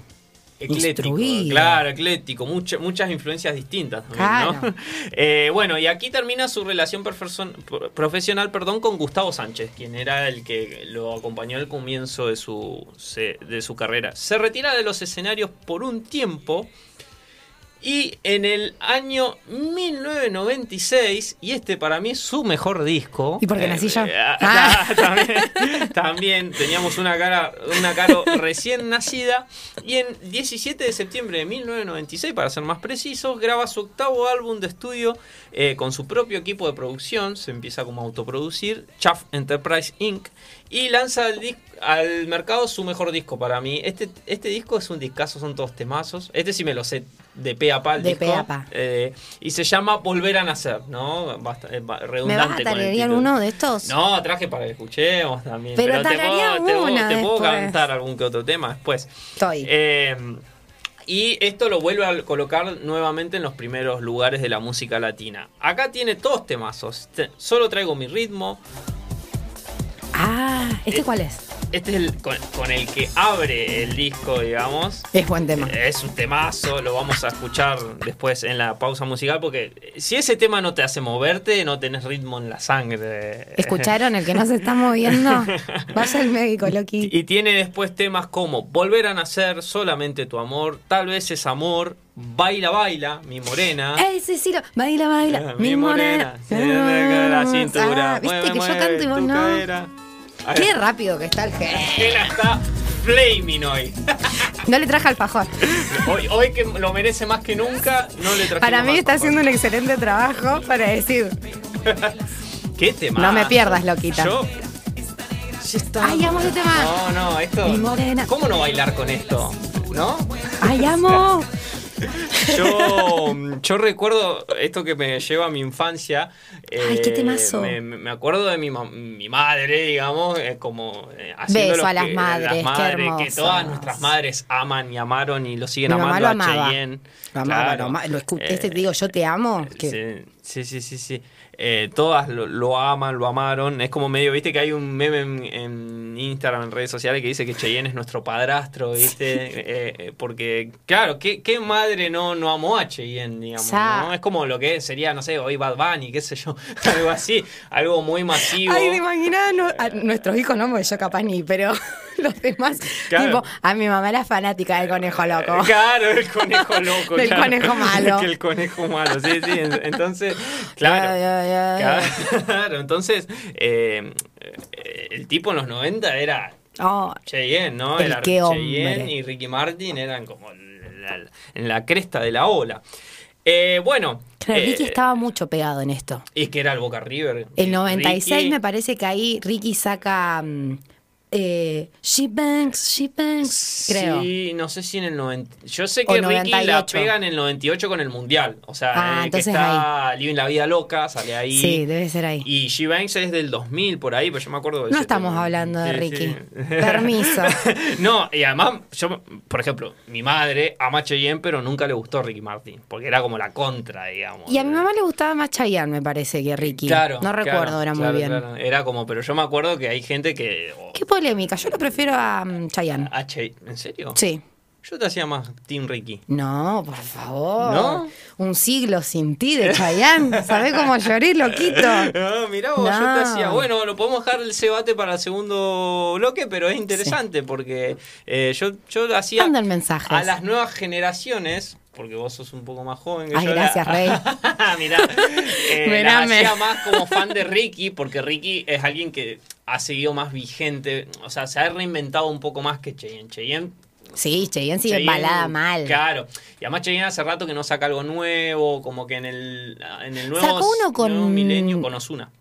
C: Ecléctico,
B: Instruido.
C: claro, ecléctico, mucha- muchas influencias distintas. también,
B: Claro.
C: ¿no? *laughs* Eh, bueno, y aquí termina su relación perferson- pro- profesional perdón, con Gustavo Sánchez, quien era el que lo acompañó al comienzo de su, se- de su carrera. Se retira de los escenarios por un tiempo y en el año 1996, y este para mí es su mejor disco.
B: ¿Y porque nací yo?
C: *laughs* ah,
B: Ah.
C: ta- También, también teníamos una cara, una cara recién nacida. Y en 17 de septiembre de 1996, para ser más precisos, graba su octavo álbum de estudio eh, con su propio equipo de producción. Se empieza como a autoproducir, Chaff Enterprise Inc. Y lanza al, dis- al mercado su mejor disco para mí. Este, este disco es un discazo, son todos temazos. Este sí me lo sé de pe a pa. el
B: De
C: disco.
B: pe a pa.
C: Eh, y se llama Volver a Nacer, ¿no? Basta- eh, ba-
B: ¿Me
C: redundante.
B: vas a
C: con el
B: tararear
C: título.
B: uno de estos?
C: No, traje para que escuchemos también.
B: Pero
C: te
B: tararía
C: puedo, te puedo-
B: una
C: te puedo
B: después.
C: cantar algún que otro tema después.
B: Estoy.
C: Eh, y esto lo vuelve a colocar nuevamente en los primeros lugares de la música latina. Acá tiene todos temazos. Te- Solo traigo mi ritmo.
B: ah, ¿este
C: eh,
B: cuál es?
C: Este es el con, con el que abre el disco, digamos.
B: Es buen tema.
C: Es un temazo, lo vamos a escuchar después en la pausa musical porque si ese tema no te hace moverte, no tenés ritmo en la sangre.
B: ¿Escucharon? El que no se está
C: *laughs*
B: moviendo. Vaya al médico, Loki.
C: Y tiene después temas como Volver a nacer, solamente tu amor, tal vez es amor, Baila, baila, mi morena.
B: ¡Ey, Cecilo! Baila, baila.
C: Ah,
B: Eh, Mi morena.
C: se me cae la cintura.
B: Ah, Viste
C: Mueve,
B: que yo
C: mueve
B: canto y vos
C: tu
B: no.
C: cadera. Ahí
B: Qué rápido que está el jefe.
C: Jena está flaming hoy. *laughs*
B: No le traje alfajor.
C: hoy. Hoy que lo merece más que nunca, no le trajimos
B: Para mí
C: más
B: está
C: papas.
B: haciendo un excelente trabajo para decir.
C: ¿Qué tema?
B: No me pierdas, loquita.
C: Yo... Ya está.
B: Ay, amo ese tema.
C: No, no, esto...
B: Mi morena.
C: ¿Cómo no bailar con esto? ¿No?
B: ¡Ay, *laughs* amo!
C: Yo, mm, yo recuerdo esto que me lleva a mi infancia. eh,
B: Ay, qué temazo.
C: Me, me acuerdo de mi, ma- mi madre, digamos, eh, como eh, haciendo
B: Beso
C: lo
B: a las
C: que-
B: madres, qué
C: que
B: hermosas.
C: todas nuestras madres aman y amaron y lo siguen
B: Mi mamá
C: amando
B: lo
C: a
B: amaba.
C: Cheyenne.
B: Lo amaba,
C: Claro.
B: lo ama- lo escu-
C: Eh,
B: este te digo, yo te amo. que-
C: Sí, sí, sí, sí. sí. Eh, todas lo, lo aman, lo amaron. Es como medio, viste que hay un meme en, en Instagram, en redes sociales, que dice que Cheyenne es nuestro padrastro, viste. Eh, eh, porque, claro, ¿qué, qué madre no, no amó a Cheyenne, digamos?
B: Sa-
C: ¿no? Es como lo que sería, no sé, hoy Bad Bunny, qué sé yo, *laughs* algo así, algo muy masivo.
B: Ay, te imaginas No- a nuestros hijos, no, porque yo capaz ni, pero *laughs* los demás.
C: Claro.
B: Tipo, a mi mamá era fanática del conejo loco.
C: Eh, Claro, el
B: *laughs*
C: conejo loco.
B: Del
C: claro.
B: conejo malo.
C: Que *laughs* el conejo malo, sí, sí. en- Entonces, claro.
B: Ay, ay, ay, ay.
C: *laughs* Claro, entonces eh, eh, el tipo en los 90 era
B: Oh,
C: Cheyenne, ¿no?
B: El
C: era
B: qué
C: Cheyenne
B: hombre.
C: y Ricky Martin eran como la- la- en la cresta de la ola. Eh, bueno,
B: claro, Ricky
C: eh,
B: estaba mucho pegado en esto.
C: y que era el Boca River.
B: El 96
C: Ricky,
B: me parece que ahí Ricky saca mm, eh, She Banks, She Banks, creo.
C: Sí, no sé si en el 90. Yo sé
B: O
C: que Ricky la
B: 98.
C: pega en el 98 con el Mundial. O sea,
B: Ah,
C: el que
B: entonces
C: está Living la Vida Loca, sale ahí.
B: Sí, debe ser ahí.
C: Y G-Banks es del 2000 por ahí, pero yo me acuerdo de
B: No
C: ese
B: estamos
C: tema.
B: hablando de Ricky.
C: sí.
B: Permiso.
C: *laughs* no, y además, yo, por ejemplo, mi madre ama Cheyenne, pero nunca le gustó Ricky Martin, porque era como la contra, digamos.
B: Y a mi mamá le gustaba más Chayanne, me parece, que Ricky.
C: Claro.
B: No
C: claro,
B: recuerdo ahora muy
C: claro,
B: bien.
C: claro. Era como, pero yo me acuerdo que hay gente que. o
B: ¿Qué polémica. Yo lo prefiero a mm, Chayanne.
C: Ah, che, ¿en serio?
B: Sí.
C: Yo te hacía más Team Ricky.
B: No, por favor.
C: ¿No?
B: Un siglo sin ti de
C: *laughs*
B: Chayanne. ¿Sabés cómo lloré, loquito?
C: Ah, mirá vos, yo te
B: No.
C: hacía. Bueno, lo podemos dejar el debate para el segundo bloque, pero es interesante porque eh, yo, yo hacía
B: Manden mensajes.
C: a las nuevas generaciones, porque vos sos un poco más joven que
B: Ay,
C: yo. la-
B: gracias, Rey.
C: *laughs* mirá, eh,
B: *laughs*
C: la
B: Mirame.
C: hacía más como fan de Ricky, porque Ricky es alguien que ha seguido más vigente, o sea, se ha reinventado un poco más que Cheyenne. Cheyenne
B: Sí, Chayanne sigue
C: Cheyenne,
B: embalada mal.
C: Claro. Y además Cheyenne hace rato que no saca algo nuevo, como que en el, en el nuevo,
B: Sacó uno con-
C: nuevo milenio con Osuna.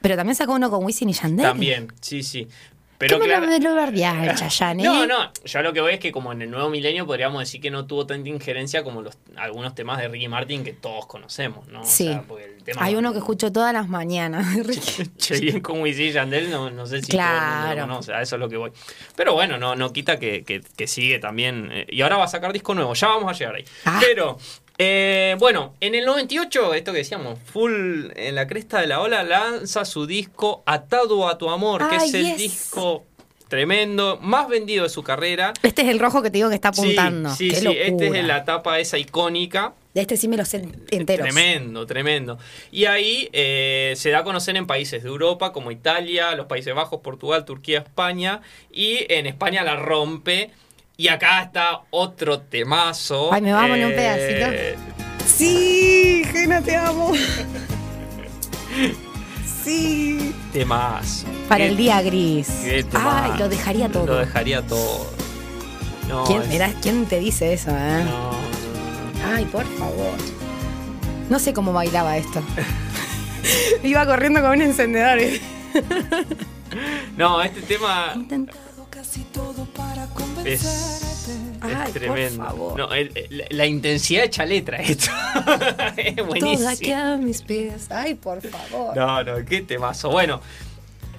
B: Pero también sacó uno con Wisin y Yandel.
C: También, sí, sí.
B: ¿Qué
C: Pero
B: me lo-
C: claro.
B: me lo bardeás al Chayanne?
C: No,
B: eh?
C: no, yo lo que veo es que como en el nuevo milenio podríamos decir que no tuvo tanta injerencia como los algunos temas de Ricky Martin que todos conocemos, ¿no? O
B: Sí.
C: sea, porque el tema
B: Hay
C: con-
B: uno que escucho todas las mañanas. *laughs* de Ricky.
C: Cheyenne con Wisin y Yandel, no, no sé si todo el mundo lo
B: Claro.
C: conoce, a eso es lo que voy. Pero bueno, no, no quita que, que- que sigue también. eh, y ahora va a sacar disco nuevo, ya vamos a llegar ahí.
B: Ah.
C: Pero, eh, bueno, en el 98, esto que decíamos, full en la cresta de la ola, lanza su disco Atado a tu amor, que
B: Ah,
C: es el
B: yes.
C: disco tremendo, más vendido de su carrera.
B: Este es el rojo que te digo que está apuntando.
C: Sí,
B: Qué
C: sí, sí, este es
B: locura.
C: la etapa esa icónica.
B: De este sí me lo sé enteros.
C: Tremendo, tremendo. Y ahí eh, se da a conocer en países de Europa como Italia, los Países Bajos, Portugal, Turquía, España. Y en España la rompe. Y acá está otro temazo. Eh,
B: Ay, ¿me vas a poner un
C: pedacito?
A: Sí, Gena, te
C: *laughs*
A: amo. Sí.
C: Temazo.
B: Para
C: Qué-
B: el día gris.
C: qué temazo.
B: Ay, lo dejaría todo.
C: Lo dejaría todo. No,
B: ¿Quién,
C: es-
B: mirá, ¿Quién te dice eso, eh?
C: no, no, no.
B: Ay, por favor. No sé cómo bailaba esto. *laughs* Iba corriendo con un
C: *laughs*
B: encendedor. y-
C: No, este tema
A: Casi todo para
C: es,
A: convencerte.
C: es
B: Ay, por
C: tremendo.
B: favor.
C: No, el- el- la intensidad hecha letra esto. *laughs* es buenísimo.
B: Toda que a mis pies. Ay, por favor.
C: No, no, qué temazo. Bueno,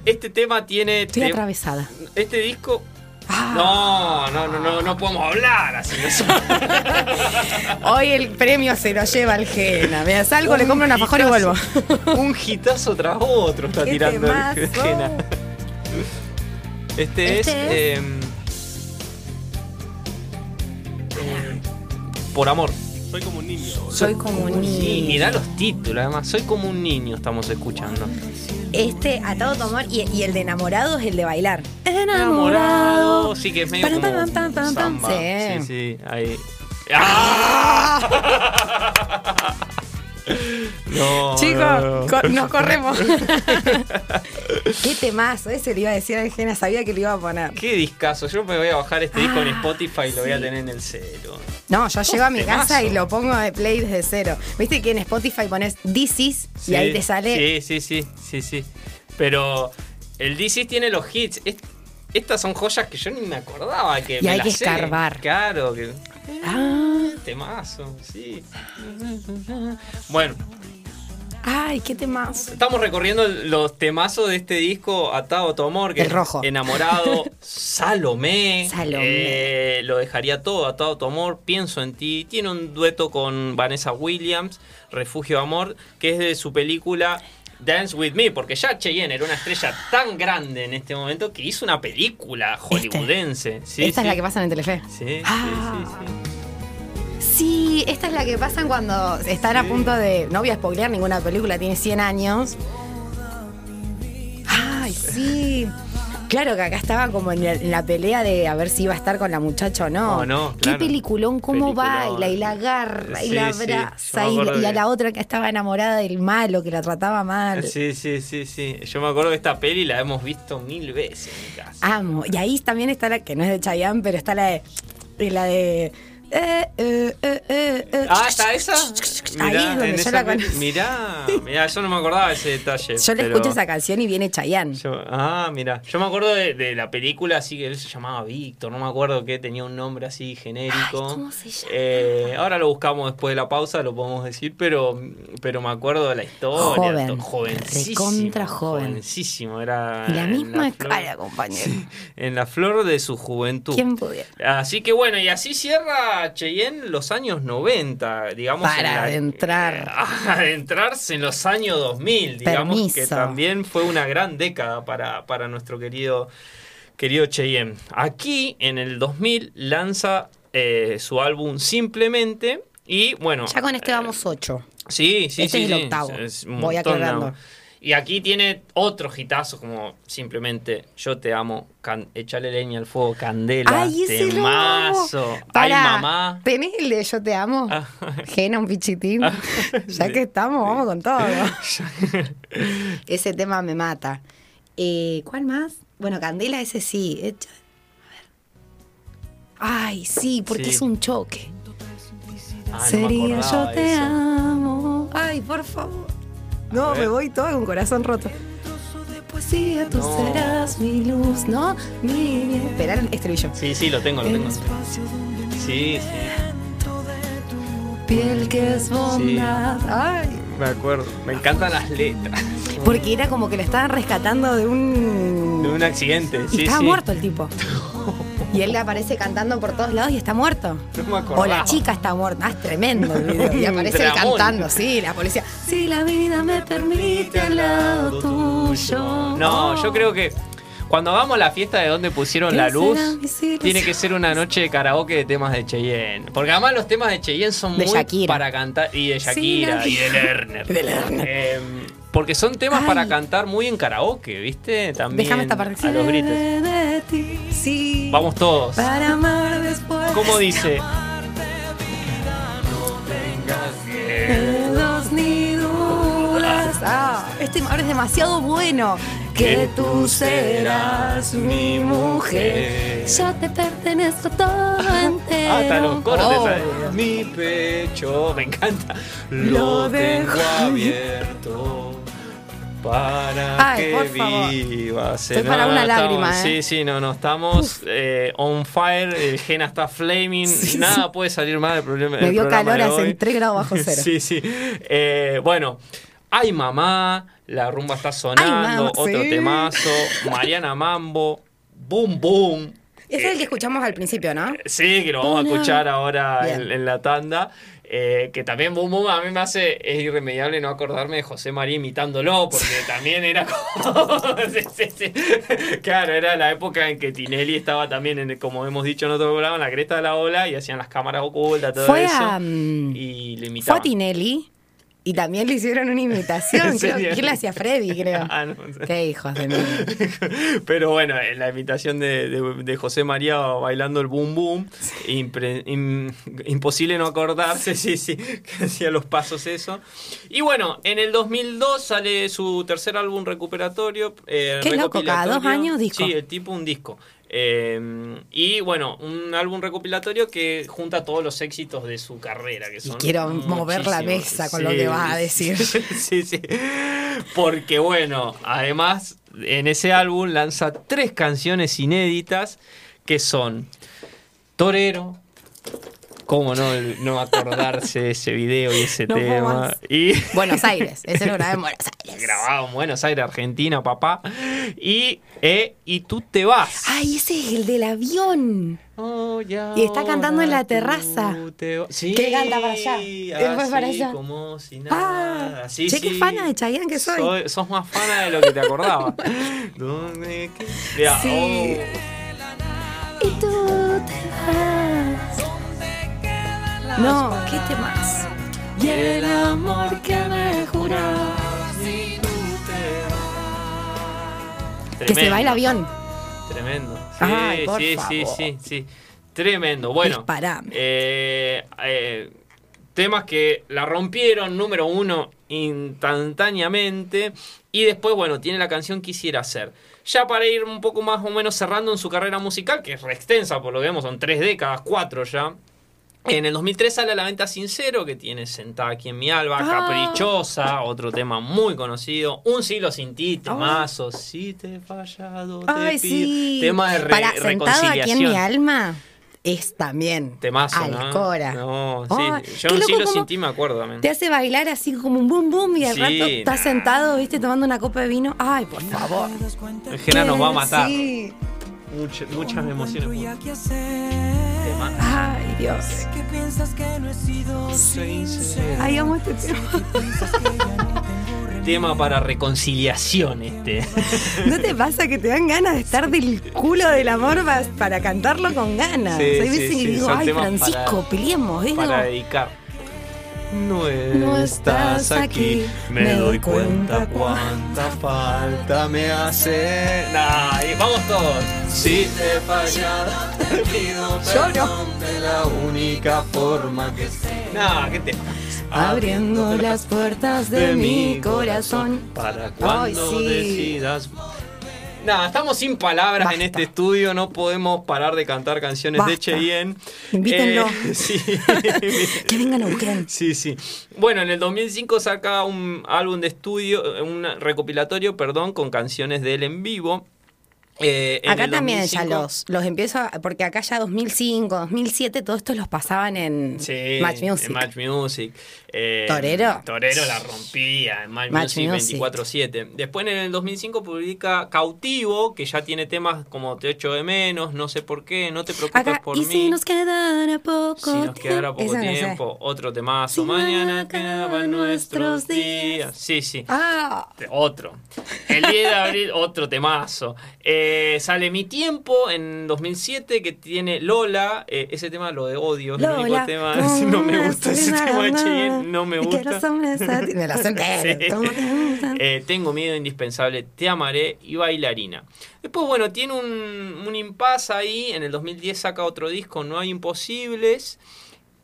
C: este tema tiene.
B: Estoy
C: te-
B: atravesada.
C: este disco.
B: Ah.
C: No, no, no, no, no podemos hablar así. de eso.
B: Hoy el premio se lo lleva el Gena. Me salgo, le compro una
C: Un
B: fajora y
C: hitazo-
B: vuelvo. *laughs*
C: Un hitazo tras otro está
B: Qué
C: tirando el *laughs*
B: temazo.
C: Jena.
B: Este
C: Este, es.
B: es-
C: em, eh, por amor.
F: Soy como un niño.
B: Soy como un
C: Y
B: niño.
C: mirá los títulos, además. Soy como un niño, estamos escuchando.
B: Este, atado a tu amor, y, y el de enamorado es el de bailar.
C: enamorado. Sí, que es medio
B: Pam, pam,
C: como
B: pam, pam, pam.
C: samba. Sí,
B: Sí.
C: sí, ahí. ¡Ah! *laughs* No, no, no.
B: Chicos,
C: *laughs*
B: co- nos corremos. Qué temazo, ese le iba a decir a Gena, sabía que le iba a poner.
C: Qué discazo. Yo me voy a bajar este disco en
B: Ah,
C: Spotify y lo voy a
B: sí.
C: tener en el cero.
B: No, yo llego a mi
C: temazo.
B: casa y lo pongo de play desde cero. Viste que en Spotify pones This is y ahí te sale.
C: Sí, sí, sí, sí, sí. Pero el DC tiene los hits. Es- estas son joyas que yo ni me acordaba que
B: Y
C: me
B: hay
C: las
B: que
C: sé.
B: escarbar.
C: Claro, que.
B: Ah,
C: Temazo,
B: *laughs*
C: sí. Bueno,
B: ay, qué temazo.
C: Estamos recorriendo los temazos de este disco Atado a tu amor, que
B: El
C: es
B: rojo. *laughs*
C: Enamorado, Salomé,
B: Salomé.
C: eh, lo dejaría todo Atado a tu amor, Pienso en ti. Tiene un dueto con Vanessa Williams, Refugio de Amor, que es de su película Dance with Me, porque ya Cheyenne era una estrella tan grande en este momento que hizo una película hollywoodense. Sí,
B: esta es
C: sí.
B: la que pasa en el Telefe.
C: Sí, sí,
B: Ah.
C: sí, sí.
B: Sí, esta es la que pasan cuando están a punto de. No voy a spoilear ninguna película, tiene 100 años. Ay, sí. Claro que acá estaba como en, el- en la pelea de a ver si iba a estar con la muchacha o no.
C: O Oh, no,
B: Qué
C: claro.
B: peliculón, cómo
C: Peliculón.
B: baila y la agarra y
C: Sí,
B: la
C: sí, yo me
B: abraza y,
C: acuerdo
B: y a
C: que-
B: la otra que estaba enamorada del malo, que la trataba mal.
C: Sí, sí, sí, sí. Yo me acuerdo que esta peli la hemos visto mil veces en mi casa.
B: Amo. Y ahí también está la que no es de Chayanne, pero está la de. y la de. eh, eh, eh, eh, eh.
C: Ah, ¿está esa?
B: Ahí
C: Mirá,
B: es donde
C: en
B: yo
C: esa
B: la
C: peli-
B: conocí.
C: Mirá, mirá, yo no me acordaba de ese detalle.
B: Yo le
C: Eh, pero-
B: escucho esa canción y viene Chayanne.
C: yo- ah, mirá. Yo me acuerdo de, de la película así que él se llamaba Víctor, no me acuerdo que tenía un nombre así genérico.
B: Ay, ¿cómo se llama?
C: Eh, ahora lo buscamos después de la pausa, lo podemos decir, pero, pero me acuerdo de la historia.
B: Joven,
C: to- jovencísimo.
B: recontra joven.
C: Jovencísimo, era.
B: La
C: en
B: misma
C: flor-
B: cara,
C: *laughs*
B: compañero.
C: En la flor de su juventud.
B: ¿Quién pudiera?
C: Así que bueno, y así cierra Cheyenne los años 90, digamos.
B: Para
C: en *laughs*
B: adentrar.
C: adentrarse en los años 2000, digamos, que
B: Permiso.
C: también fue una gran década para, para nuestro querido querido Cheyenne. Aquí, en el 2000, lanza eh, su álbum Simplemente. Y bueno.
B: Ya con este vamos ocho.
C: Sí, sí,
B: Este
C: sí.
B: es el
C: sí.
B: octavo.
C: un
B: Voy
C: montón de
B: aclarando.
C: álbum. Y aquí tiene otros hitazos como simplemente Yo te amo, can- Echale leña al fuego, Candela,
B: Ay, ese lo
C: Temazo,
B: amo.
C: Ay
B: Pará,
C: mamá.
B: ¿Tenés el de Yo te amo?
C: Ah. *laughs*
B: Gena, un pichitín.
C: Ah,
B: *laughs* ya
C: sí.
B: que estamos, vamos con todo. *laughs* ese tema me mata. Eh, ¿Cuál más? Bueno, Candela, ese sí. Echa- A ver. Ay, sí, porque
C: Sí.
B: es un choque.
C: Ah, no me
B: Sería
C: acordaba
B: yo te
C: de eso.
B: amo. Ay, por favor. No,
C: ver.
B: me voy todo con corazón roto. de poesía, tú
C: No.
B: serás mi luz, ¿no? Mi bien. Esperar el estribillo.
C: Sí, sí, lo tengo, lo tengo.
B: Espacio donde
C: Sí, sí,
B: piel que es bondad. Ay.
C: me acuerdo. Me encantan las letras. *laughs*
B: Porque era como que lo estaban rescatando de un.
C: De un accidente.
B: y
C: Sí,
B: estaba
C: sí.
B: muerto el
C: *laughs*
B: tipo. Y él aparece cantando por todos lados y está muerto.
C: No me acordaba.
B: O la chica está muerta. Ah, es tremendo el
C: *laughs*
B: video. Y aparece él
C: Dramón.
B: cantando, sí, la policía. Si la vida me permite al lado tuyo.
C: No, yo creo que cuando hagamos la fiesta de donde pusieron la
B: ¿Qué
C: luz,
B: será mis ilusiones?
C: tiene que ser una noche de karaoke de temas de Cheyenne. Porque además los temas de Cheyenne son
B: De
C: muy
B: Shakira.
C: para cantar. Y de Shakira,
B: la-
C: y de
B: *laughs*
C: Lerner.
B: De Lerner.
C: Eh, porque son temas
B: Ay.
C: para cantar muy en karaoke, ¿viste? También
B: Déjame esta parte.
C: a los gritos.
B: De ti, sí.
C: Vamos todos.
B: Para amar después.
C: ¿Cómo dice?
B: Dos ni dudas. Ah, este ahora es demasiado bueno. Que tú serás mi
C: Eh,
B: mujer. Yo te pertenezco todo entero.
C: Hasta los coros te
B: Oh.
C: salen. Mi pecho, me encanta. Lo
B: Lo
C: tengo
B: dejo
C: abierto para
B: Ay, por favor.
C: que vivas.
B: Estoy para una
C: estamos-
B: lágrima,
C: Sí,
B: eh.
C: sí, no, no. Estamos eh, on fire. El Gena está flaming. Nada puede salir mal del problema.
B: Me
C: del
B: dio
C: programa
B: calor
C: de
B: a
C: hoy.
B: 3 grados
C: *laughs*
B: bajo cero.
C: Sí, sí. Eh, bueno, ay mamá, la rumba está sonando,
B: mamá,
C: otro
B: sí.
C: temazo, Mariana Mambo, boom boom.
B: Ese es el que escuchamos al principio, ¿no?
C: Sí, que lo vamos a
B: Hola.
C: escuchar ahora
B: Bien.
C: en, en la tanda. eh, que también Boom Boom a mí me hace, es irremediable no acordarme de José María imitándolo,
B: *laughs*
C: porque también era como... *laughs* sí, sí, sí. Claro, era la época en que Tinelli estaba también, en, el- como hemos dicho en otro programa, en la cresta de la ola y hacían las cámaras ocultas, todo
B: Fue
C: eso.
B: a, mm,
C: y lo
B: Fue a
C: imitaban.
B: Tinelli y también le hicieron una imitación.
C: *laughs* ¿En
B: creo,
C: serio?
B: ¿Quién la hacía Freddy,
C: *laughs*
B: creo?
C: Ah, no sé.
B: Qué hijos de mí.
C: *laughs* Pero bueno, eh, la imitación de, de- de José María bailando el boom boom, impre- im- imposible no acordarse, sí, sí, que hacía los pasos eso. Y bueno, en el 2002 sale su tercer álbum recuperatorio. eh,
B: Qué loco, cada dos
C: recopilatorio.
B: años disco.
C: Sí, el tipo un disco. Eh, y bueno, un álbum recopilatorio que junta todos los éxitos de su carrera. Que son
B: quiero mover la
C: muchísimos.
B: mesa con lo que vas a decir.
C: sí, *laughs* sí. Porque bueno, además en ese álbum lanza tres canciones inéditas que son Torero. ¿Cómo no, no acordarse de ese video y ese
B: *laughs* No puedo
C: tema?
B: más.
C: Y *laughs*
B: Buenos Aires. Ese lo grabé en Buenos Aires.
C: grabado en Buenos Aires, Argentina, papá. Y, eh, y tú te vas.
B: Ay, ese es el del avión.
C: Oh, ya
B: Y está cantando en la
C: ahora
B: terraza.
C: tú te va- Sí.
B: Que canta para allá. Él fue
C: así,
B: para allá.
C: como si nada.
B: Ah,
C: Sí,
B: che, qué
C: sí.
B: fana de Chayanne que soy.
C: Sos más fana de lo que te
B: *laughs*
C: acordaba. ¿Dónde que- Mirá,
B: Sí.
C: oh,
B: Y tú te vas. No, ¿qué te más? Y el amor que me juras. Que se
C: tremendo,
B: va el avión.
C: Tremendo. Sí,
B: Ay, por
C: sí, sí,
B: favor.
C: sí, sí. Tremendo. Bueno.
B: Disparame.
C: eh, eh, temas que la rompieron, número uno, instantáneamente. Y después, bueno, tiene la canción Quisiera Ser. Ya para ir un poco más o menos cerrando en su carrera musical, que es re extensa, por lo que vemos, son tres décadas, cuatro ya. En el 2003 sale a la venta Sincero, que tiene Sentada aquí en mi alba,
B: Ah.
C: Caprichosa, otro tema muy conocido. Un siglo sin ti, temazo, si te he fallado, te
B: Ay,
C: pido.
B: sí.
C: Tema de re-
B: Para sentado
C: reconciliación.
B: aquí en mi alma es también
C: Temazo, ¿no?
B: alcora.
C: No,
B: Ay,
C: sí. Yo
B: qué
C: un
B: loco
C: siglo
B: cómo
C: sin ti me acuerdo también.
B: Te hace bailar así como un boom boom y al
C: Sí,
B: rato estás
C: nah.
B: sentado, viste, tomando una copa de vino. Ay, por favor.
C: El Jena nos va a matar.
B: Sí.
C: Mucha- muchas emociones.
A: que hacer.
C: Tema.
B: Ay, Dios.
A: Sé que piensas que no he sido sincero.
B: Ay, amo este tema.
A: Piensas que ya no tengo
C: tema para reconciliación este.
B: ¿No te pasa que te dan ganas de estar del culo del amor pa- para cantarlo con ganas?
C: Sí,
B: Hay
C: sí,
B: veces
C: sí,
B: que digo,
C: son
B: ay,
C: temas
B: Francisco,
C: para-
B: peleemos, ¿eh?
C: para
B: No.
C: dedicar. No,
B: No estás aquí, me doy cuenta
C: cuánta falta me hace. Nah, y vamos todos. Si te he fallado, te pido
B: Yo no.
C: de la única forma que sé. Nah, ¿qué te Ah,
B: Abriendo las puertas de mi corazón.
C: para
B: Ay,
C: cuando
B: sí.
C: decidas. Nada, estamos sin palabras en
B: Basta.
C: este estudio, no podemos parar de cantar canciones de
B: Basta.
C: Cheyenne.
B: Invítenlo.
C: Eh, *laughs* sí.
B: Que vengan a buscar.
C: Sí, sí. Bueno, en el 2005 saca un álbum de estudio, eh, un recopilatorio, perdón, con canciones de él en vivo. Eh, en
B: Acá
C: el
B: también ya
C: 2005
B: los, los empiezo, a- porque acá ya 2005, 2007, todo esto los pasaban en
C: Sí,
B: Match Music.
C: en Match Music. Eh,
B: Torero.
C: Torero la rompía en Match,
B: Match
C: Music
B: Music.
C: 24-7. Después en el 2005 publica Cautivo, que ya tiene temas como Te echo de menos, No sé por qué, No te preocupes
B: Acá,
C: por
B: y
C: mí.
B: si nos quedara poco
C: Si nos quedara poco
B: Esa me la sé.
C: tiempo, otro temazo.
B: Si
C: mañana
B: mañana
C: acaban
B: acaban
C: nuestros
B: nuestros días.
C: días. Sí, sí.
B: Ah,
C: Otro. El 10 de abril, otro temazo. Eh, sale Mi Tiempo en 2007, que tiene Lola. Eh, ese tema lo de odio. Es el único
B: Lola,
C: tema.
B: como
C: *laughs* No me
B: una
C: gusta ese
B: soledad,
C: tema de Cheyenne, No me
B: y que los
C: gusta.
B: hombres a ti- Me la sé entera,
C: *laughs* Sí.
B: todo lo que me gustan.
C: Eh, tengo miedo indispensable, te amaré y bailarina. Después, bueno, tiene un, un impasse ahí. En el 2010 saca otro disco, No hay imposibles.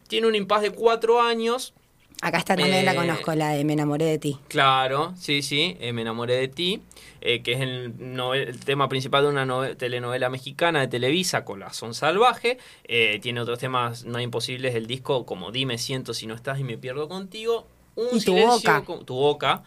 C: Tiene un impasse de cuatro años.
B: Acá está también la
C: Eh,
B: conozco, la de Me enamoré de ti.
C: Claro, sí, sí, eh, Me enamoré de ti, eh, que es el, nove- el tema principal de una nove- telenovela mexicana de Televisa, Corazón Salvaje. Eh, tiene otros temas no imposibles del disco, como Dime siento si no estás y me pierdo contigo. Un
B: Y Tu
C: silencio
B: Boca.
C: con- tu boca.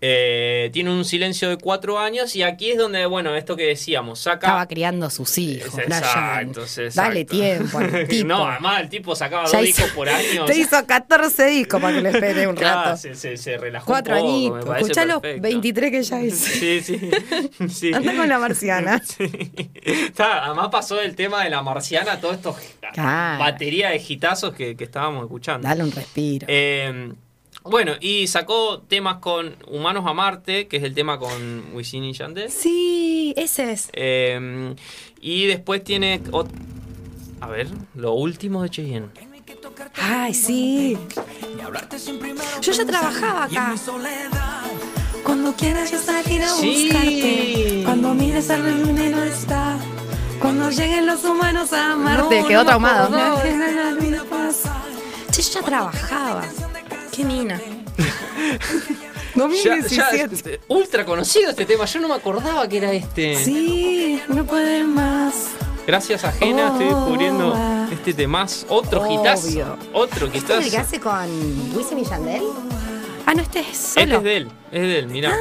C: Eh, tiene un silencio de cuatro años y aquí es donde, bueno, esto que decíamos, saca...
B: Estaba criando a sus hijos,
C: Exacto,
B: Brian.
C: exacto.
B: Dale tiempo
C: *laughs*
B: al tipo.
C: no, además el tipo
B: *laughs*
C: sacaba
B: Ya
C: dos
B: hizo-
C: discos por año. o
B: Te
C: sea,
B: hizo 14 discos para que le espere un
C: *laughs* claro,
B: rato.
C: se, se- se relajó un
B: Cuatro
C: poco, me
B: añitos.
C: parece
B: Escuchá los
C: perfecto.
B: 23 que ya hice.
C: Sí,
B: *laughs*
C: sí. *laughs* sí.
B: Anda con la
C: *laughs*
B: marciana.
C: Sí. Está, además pasó el tema de la marciana, a todos estos
B: Claro.
C: batería de gitazos que, que estábamos escuchando.
B: Dale un respiro.
C: Eh, bueno, y sacó temas con Humanos a Marte, que es el tema con Wisin y Yandel.
B: Sí, ese es.
C: Eh, y después tiene... ot- a ver, lo último de Cheyenne.
B: Ay, sí. Yo ya trabajaba acá.
A: Cuando quieras yo salir a
C: Sí.
A: buscarte. Cuando mires al la luna y no está. Cuando lleguen los humanos a Marte.
B: Te quedó traumado.
A: La ajena la luna pasa.
B: Yo ya trabajaba.
A: *laughs*
B: Qué mina.
C: Ya- ya
B: 2017.
C: es ultra conocido este tema, yo no me acordaba que era este.
A: Sí, no puede más.
C: Gracias a Jena estoy descubriendo
A: Oh.
C: este demás. Otro hitazo.
B: Obvio.
C: Otro
B: ¿Esto es
C: quizás.
B: el que hace con Wisin y Yandel? Ah, no, este es solo. Ah.
C: Este es de él, es de él, mirá.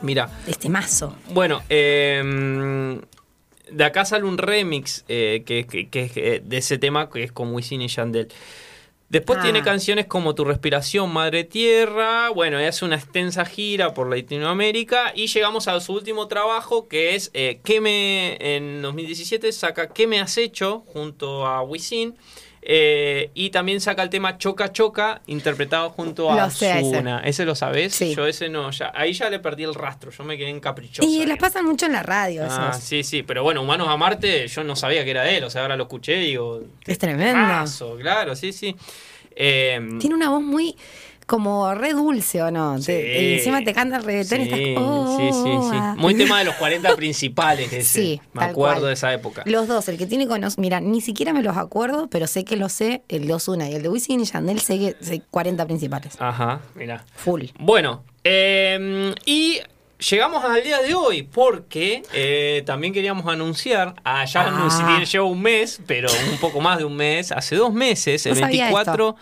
C: Mirá.
B: Este mazo.
C: Bueno, eh, de acá sale un remix eh, que, que- que es eh, de ese tema que es con Wisin y Yandel. Después
B: Ah.
C: tiene canciones como Tu respiración, Madre Tierra. Bueno, y hace una extensa gira por Latinoamérica. Y llegamos a su último trabajo, que es eh, ¿Qué me. En 2017 saca ¿Qué me has hecho? junto a Wisin. Eh, y también saca el tema Choca Choca, interpretado junto a
B: Lo sé a ese.
C: Ozuna. Ese. lo sabés.
B: Sí.
C: Yo ese no, ya, ahí ya le perdí el rastro. Yo me quedé encaprichoso.
B: Y
C: ahí.
B: las pasan mucho en la radio.
C: Ah,
B: esos.
C: sí, sí, pero bueno, Humanos a Marte, yo no sabía que era de él, o sea, ahora lo escuché y digo.
B: Es tremendo.
C: "Temazo", claro, sí, sí. Eh,
B: Tiene una voz muy como re dulce, ¿o no?
C: Sí.
B: Te- y encima te canta el reggaetón y
C: sí,
B: estás. "Oh,
C: sí, sí, sí.
B: ah".
C: Muy tema de los 40 principales, ese.
B: Sí,
C: me
B: tal
C: acuerdo
B: cual.
C: de esa época.
B: Los dos, el que tiene con Oz- mira, ni siquiera me los acuerdo, pero sé que lo sé, el de Ozuna y el de Wisin y Yandel, sé que sé 40 principales.
C: Ajá, mirá.
B: Full.
C: Bueno, eh, y llegamos al día de hoy porque eh, también queríamos anunciar, ah, ya
B: Ah.
C: anunci- tiene- lleva un mes, pero un poco más de un mes, hace dos meses, el
B: No sabía
C: 24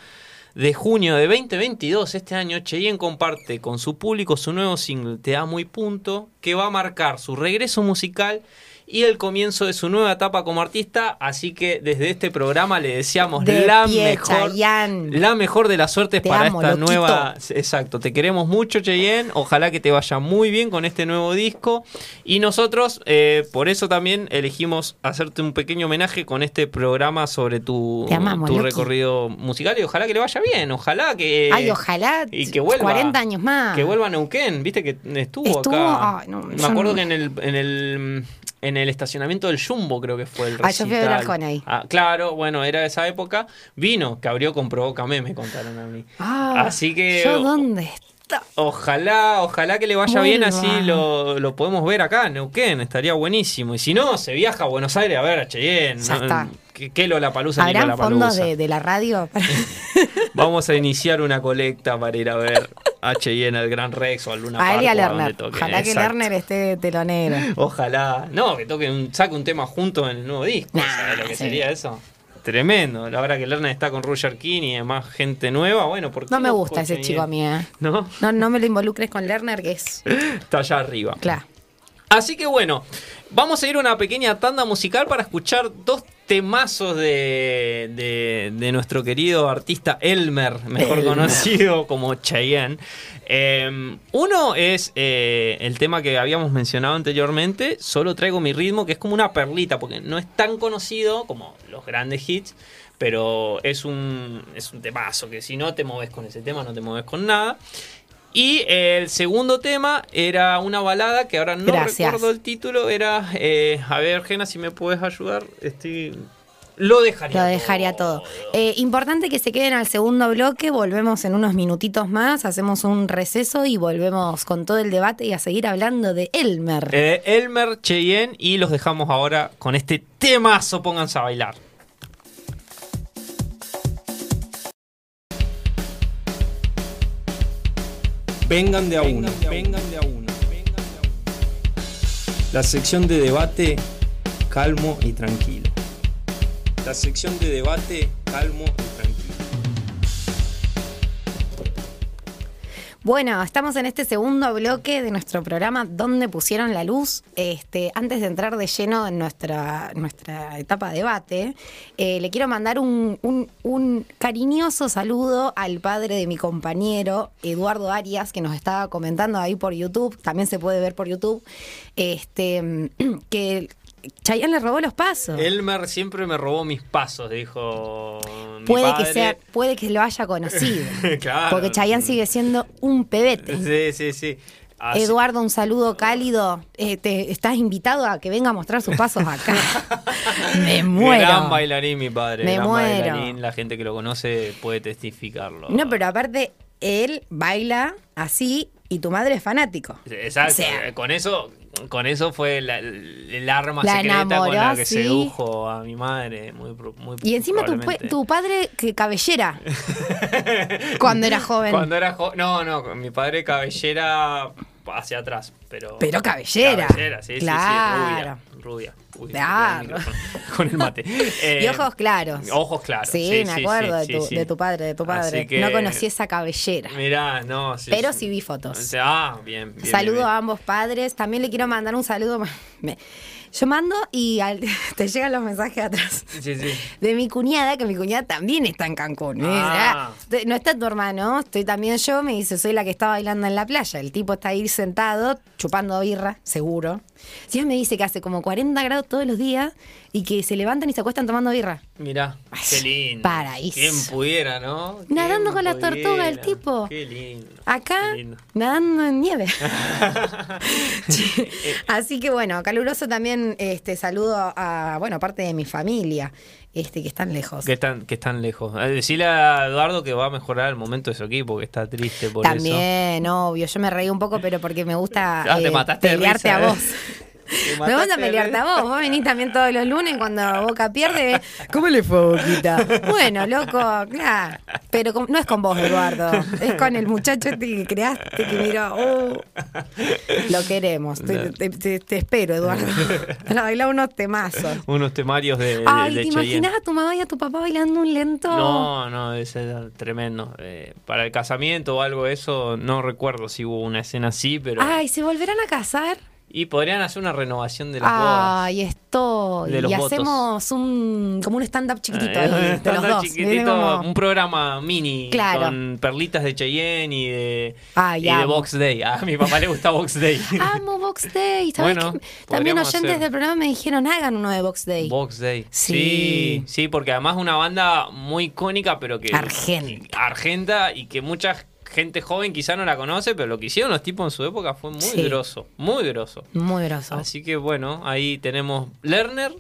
C: de junio de 2022, este año, Cheyenne comparte con su público su nuevo single, Te da muy punto, que va a marcar su regreso musical y el comienzo de su nueva etapa como artista. Así que desde este programa le deseamos
B: De
C: la
B: pie,
C: mejor.
B: Chayanne.
C: La mejor de las suertes
B: Te
C: para
B: amo,
C: esta
B: loquito.
C: nueva. Exacto, te queremos mucho, Cheyenne. Ojalá que te vaya muy bien con este nuevo disco. Y nosotros, eh, por eso también elegimos hacerte un pequeño homenaje con este programa sobre tu,
B: Te amamos,
C: tu
B: Loqui.
C: recorrido musical. Y ojalá que le vaya bien. Ojalá que.
B: Ay, ojalá
C: Y que vuelva.
B: 40 años más.
C: Que vuelva a Neuquén. Viste que estuvo,
B: Estuvo,
C: acá.
B: ay, no,
C: Me
B: yo
C: acuerdo
B: no-
C: que en el. En el en el estacionamiento del Jumbo creo que fue el
B: Ah, yo fui a ver
C: recital.
B: a Arjona ahí.
C: Ah, claro, bueno, era esa época. Vino, que abrió con Provócame, me contaron a mí.
B: Ah,
C: Así que
B: ¿Yo dónde está?
C: ojalá, ojalá que le vaya bien,
B: Vuelva.
C: así lo, lo podemos ver acá en Neuquén, estaría buenísimo. Y si no, se viaja a Buenos Aires a ver a Cheyenne.
B: Ya
C: ¿no?
B: está.
C: Que, que lo la palusa ni
B: ¿Habrán
C: Lollapalooza.
B: fondos de, de la
C: *laughs*
B: radio? para-
C: Vamos a iniciar una colecta para ir a ver a Cheyenne, al Gran Rex o al Luna
B: a él y
C: Park,
B: a
C: o donde
B: Lerner.
C: toque.
B: Ojalá que
C: Exacto.
B: Lerner esté de telonero.
C: Ojalá. No, que toque un, saque un tema junto en el nuevo disco.
B: Nah,
C: ¿Sabes lo que
B: sí.
C: sería eso? Tremendo. La verdad que Lerner está con Roger King y demás gente nueva. Bueno, porque.
B: No me gusta ese chico a mí. eh.
C: ¿No?
B: No, no me lo involucres con Lerner, que es.
C: Está allá arriba.
B: Claro.
C: Así que bueno, vamos a ir a una pequeña tanda musical para escuchar dos temazos de, de- de nuestro querido artista Elmer, mejor
B: Elmer.
C: conocido como Cheyenne. Eh, uno es eh, el tema que habíamos mencionado anteriormente, Solo traigo mi ritmo, que es como una perlita, porque no es tan conocido como los grandes hits, pero es un, es un temazo, que si no te moves con ese tema, no te moves con nada. Y el segundo tema era una balada que ahora no
B: Gracias.
C: recuerdo el título. Era, eh, a ver, Gena, si me puedes ayudar. Estoy... Lo dejaría
B: Lo dejaría todo. Eh, importante que se queden al segundo bloque. Volvemos en unos minutitos más. Hacemos un receso y volvemos con todo el debate y a seguir hablando de Elmer.
C: Eh, Elmer, Cheyenne y los dejamos ahora con este temazo. Pónganse a bailar.
F: Vengan de a uno. Vengan de a uno. La sección de debate calmo y tranquilo. La sección de debate calmo y tranquilo.
B: Bueno, estamos en este segundo bloque de nuestro programa donde pusieron la luz. Este, antes de entrar de lleno en nuestra, nuestra etapa de debate, eh, le quiero mandar un, un- un cariñoso saludo al padre de mi compañero, Eduardo Arias, que nos estaba comentando ahí por YouTube, también se puede ver por YouTube, este, *clears throat* que Chayanne le robó los pasos.
C: Elmer siempre me robó mis pasos, dijo. mi
B: puede que
C: padre.
B: sea, puede que lo haya conocido.
C: *laughs* Claro.
B: Porque Chayanne sigue siendo un pebete.
C: Sí, sí, sí. Así-
B: Eduardo, un saludo cálido. Eh, te- estás invitado a que venga a mostrar sus pasos
C: *laughs*
B: acá. Me
C: Gran
B: muero.
C: bailarín, mi padre.
B: Me
C: gran
B: muero.
C: bailarín. La gente que lo conoce puede testificarlo.
B: No, pero aparte, él baila así y tu madre es fanático.
C: Exacto.
B: O sea,
C: eh, con eso, con eso fue la- el arma
B: La
C: secreta con la
B: enamoró,
C: que
B: sí.
C: sedujo a mi madre. Muy, pro- muy
B: y encima tu, pa-
C: probablemente.
B: tu padre que
C: *laughs*
B: cabellera cuando era joven.
C: Cuando era jo- no, no, mi padre cabellera hacia atrás, pero
B: Pero cabellera.
C: Cabellera, sí, sí,
B: Claro.
C: sí, rubia, rubia. Uy,
B: Claro.
C: me quedé el micrófono con el mate.
B: *laughs* Y
C: Eh,
B: ojos claros.
C: Ojos claros.
B: Sí,
C: sí,
B: me
C: sí,
B: acuerdo
C: sí,
B: de, tu,
C: sí, sí.
B: de tu padre, de tu padre.
C: Así que-
B: No conocí esa cabellera.
C: Mirá, no, sí.
B: Pero
C: sí.
B: sí vi fotos.
C: O sea, Ah, bien. bien,
B: saludo
C: bien, bien.
B: a ambos padres. También le quiero mandar un saludo. *laughs* Me- Yo mando y al- *laughs* te llegan los mensajes atrás.
C: Sí, sí.
B: De mi cuñada, que mi cuñada también está en Cancún. Me dice, "Ah,
C: Ah.
B: te- no está tu hermano, estoy también yo. Me dice, soy la que está bailando en la playa. El tipo está ahí sentado, chupando birra, seguro. Sí, me dice que hace como 40 grados todos los días y que se levantan y se acuestan tomando birra.
C: Mirá,
B: Ay,
C: qué lindo.
B: paraíso.
C: Quien pudiera, ¿no?
B: Nadando con
C: ¿Quién
B: la tortuga, el
C: pudiera?
B: tipo.
C: Qué lindo.
B: Acá
C: qué lindo.
B: nadando en
C: *laughs*
B: nieve. Sí. Así que bueno, caluroso también este saludo a, bueno, parte de mi familia, este que están lejos.
C: Que están, que están lejos. Ah, Decile a Eduardo que va a mejorar el momento de su equipo, que está triste por eso.
B: También, obvio, yo me reí un poco, pero porque me gusta
C: *laughs* Ah, te
B: eh,
C: mataste de
B: pelearte
C: risa,
B: a
C: eh.
B: vos.
C: Te
B: Me gusta
C: mataste,
B: pelearte
C: ¿eh?
B: a vos. Vos venís también todos los lunes cuando Boca pierde. ¿Cómo le fue Boquita? Bueno, loco, claro. Pero con- no es con vos,
C: *laughs*
B: Eduardo. Es con el muchacho este que creaste que miró. oh. Lo queremos. Te, te- te- te espero,
C: *laughs*
B: Eduardo. Para bailar unos temazos.
C: Unos temarios Eh, de, de,
B: Ay,
C: de
B: ¿te
C: Cheyenne.
B: imaginas a tu mamá y a tu papá bailando un lento?
C: No, no, es tremendo. Eh, para el casamiento o algo de eso, no recuerdo si hubo una escena así, pero
B: Ay, ¿se volverán a casar?
C: Y podrían hacer una renovación de las bodas.
B: Ay, esto.
C: De los
B: Y
C: votos.
B: hacemos un como un stand-up chiquitito
C: Ah, *laughs*
B: ahí,
C: eh,
B: de los
C: anda
B: dos. ¿viste?
C: chiquitito,
B: Como-
C: un programa mini
B: Claro. Ah,
C: con perlitas de Cheyenne y de,
B: Ay,
C: y de
B: amo.
C: Box Day. A mi papá le gusta Box
B: *laughs*
C: Day.
B: *laughs* Amo Box Day. ¿sabés
C: Bueno,
B: qué? También
C: podríamos
B: oyentes
C: hacer.
B: del programa me dijeron, hagan uno de Box Day.
C: Box Day.
B: Sí.
C: sí, sí, porque además una banda muy icónica, pero que
B: Argenta.
C: Argenta y que mucha gente joven quizá no la conoce, pero lo que hicieron los tipos en su época fue muy
B: Sí.
C: grosso, muy grosso.
B: Muy groso.
C: Así que bueno, ahí tenemos
B: *laughs*
C: Lerner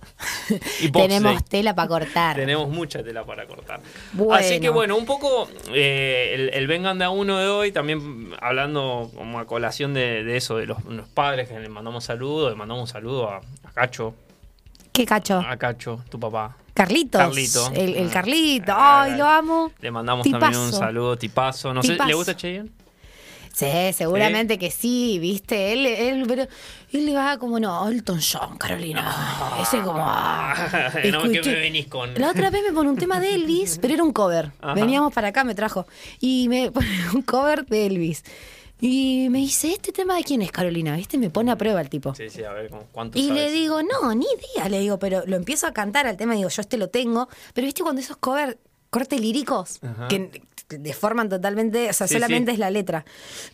C: y Box
B: Tenemos
C: Day.
B: tela para cortar.
C: Tenemos mucha tela para cortar.
B: Bueno.
C: Así que bueno, un poco eh, el, el Vengan de a uno de hoy, también hablando como a colación de, de eso, de los, los padres que le mandamos saludos, le mandamos un saludo a, a Cacho,
B: ¿Qué cacho?
C: a Cacho, tu papá.
B: Carlitos.
C: Ah, Carlito.
B: El, el Carlito.
C: Ah,
B: Ay, lo amo.
C: Le mandamos también un
B: Tipazo.
C: saludo, tipazo. No sé, ¿le
B: Tipazo.
C: gusta Cheyenne?
B: Sí, seguramente que sí, viste. Él, él, pero él le va como, no, Elton John, Carolina. Ese como. ah.
C: *laughs* No, que me
B: Escuché-
C: venís con-
B: La otra vez me pone un tema de Elvis, pero era un cover.
C: Ajá.
B: Veníamos para acá, me trajo. Y me pone *laughs* un cover de Elvis. Y me dice, ¿este tema de quién es Carolina? ¿Viste? Me pone a prueba el tipo.
C: Sí, sí, a ver, ¿cómo- ¿cuánto
B: Y le
C: sabes?
B: digo, no, ni idea, le digo, pero lo empiezo a cantar al tema, digo, yo este lo tengo, pero viste cuando esos covers, cortes líricos,
C: Ajá.
B: que deforman totalmente, o sea,
C: Sí,
B: solamente
C: sí.
B: es la letra.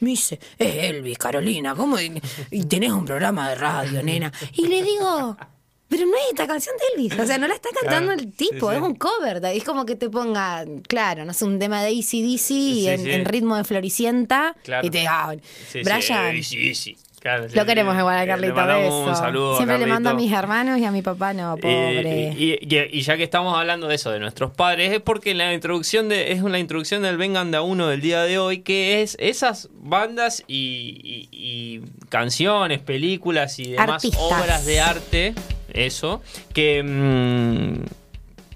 B: Me dice, es Elvis, Carolina, ¿cómo? es? Y tenés un programa de radio, nena. Y le digo, pero no es esta canción de Elvis, o sea, no la está cantando
C: Claro,
B: el tipo,
C: sí, sí.
B: es un cover, es como que te ponga, claro, no sé, un tema de ACDC
C: Sí,
B: en,
C: sí.
B: en ritmo de Floricienta,
C: Claro.
B: y te ah,
C: Sí, sí,
B: Brian.
C: eh, sí, sí. Claro, sí,
B: Lo
C: sí.
B: queremos igual
C: Eh,
B: a
C: le
B: Carlito.
C: mandamos un
B: beso.
C: saludo a
B: Siempre le mando a
C: Carlito.
B: mis hermanos y a mi papá, no, Ah, pobre.
C: Eh, Y, y- y- y ya que estamos hablando de eso, de nuestros padres, es porque la introducción de, es la introducción del Vengan de a uno del día de hoy, que es esas bandas y, y- y canciones, películas y demás
B: Artistas.
C: obras de arte, eso, que mm,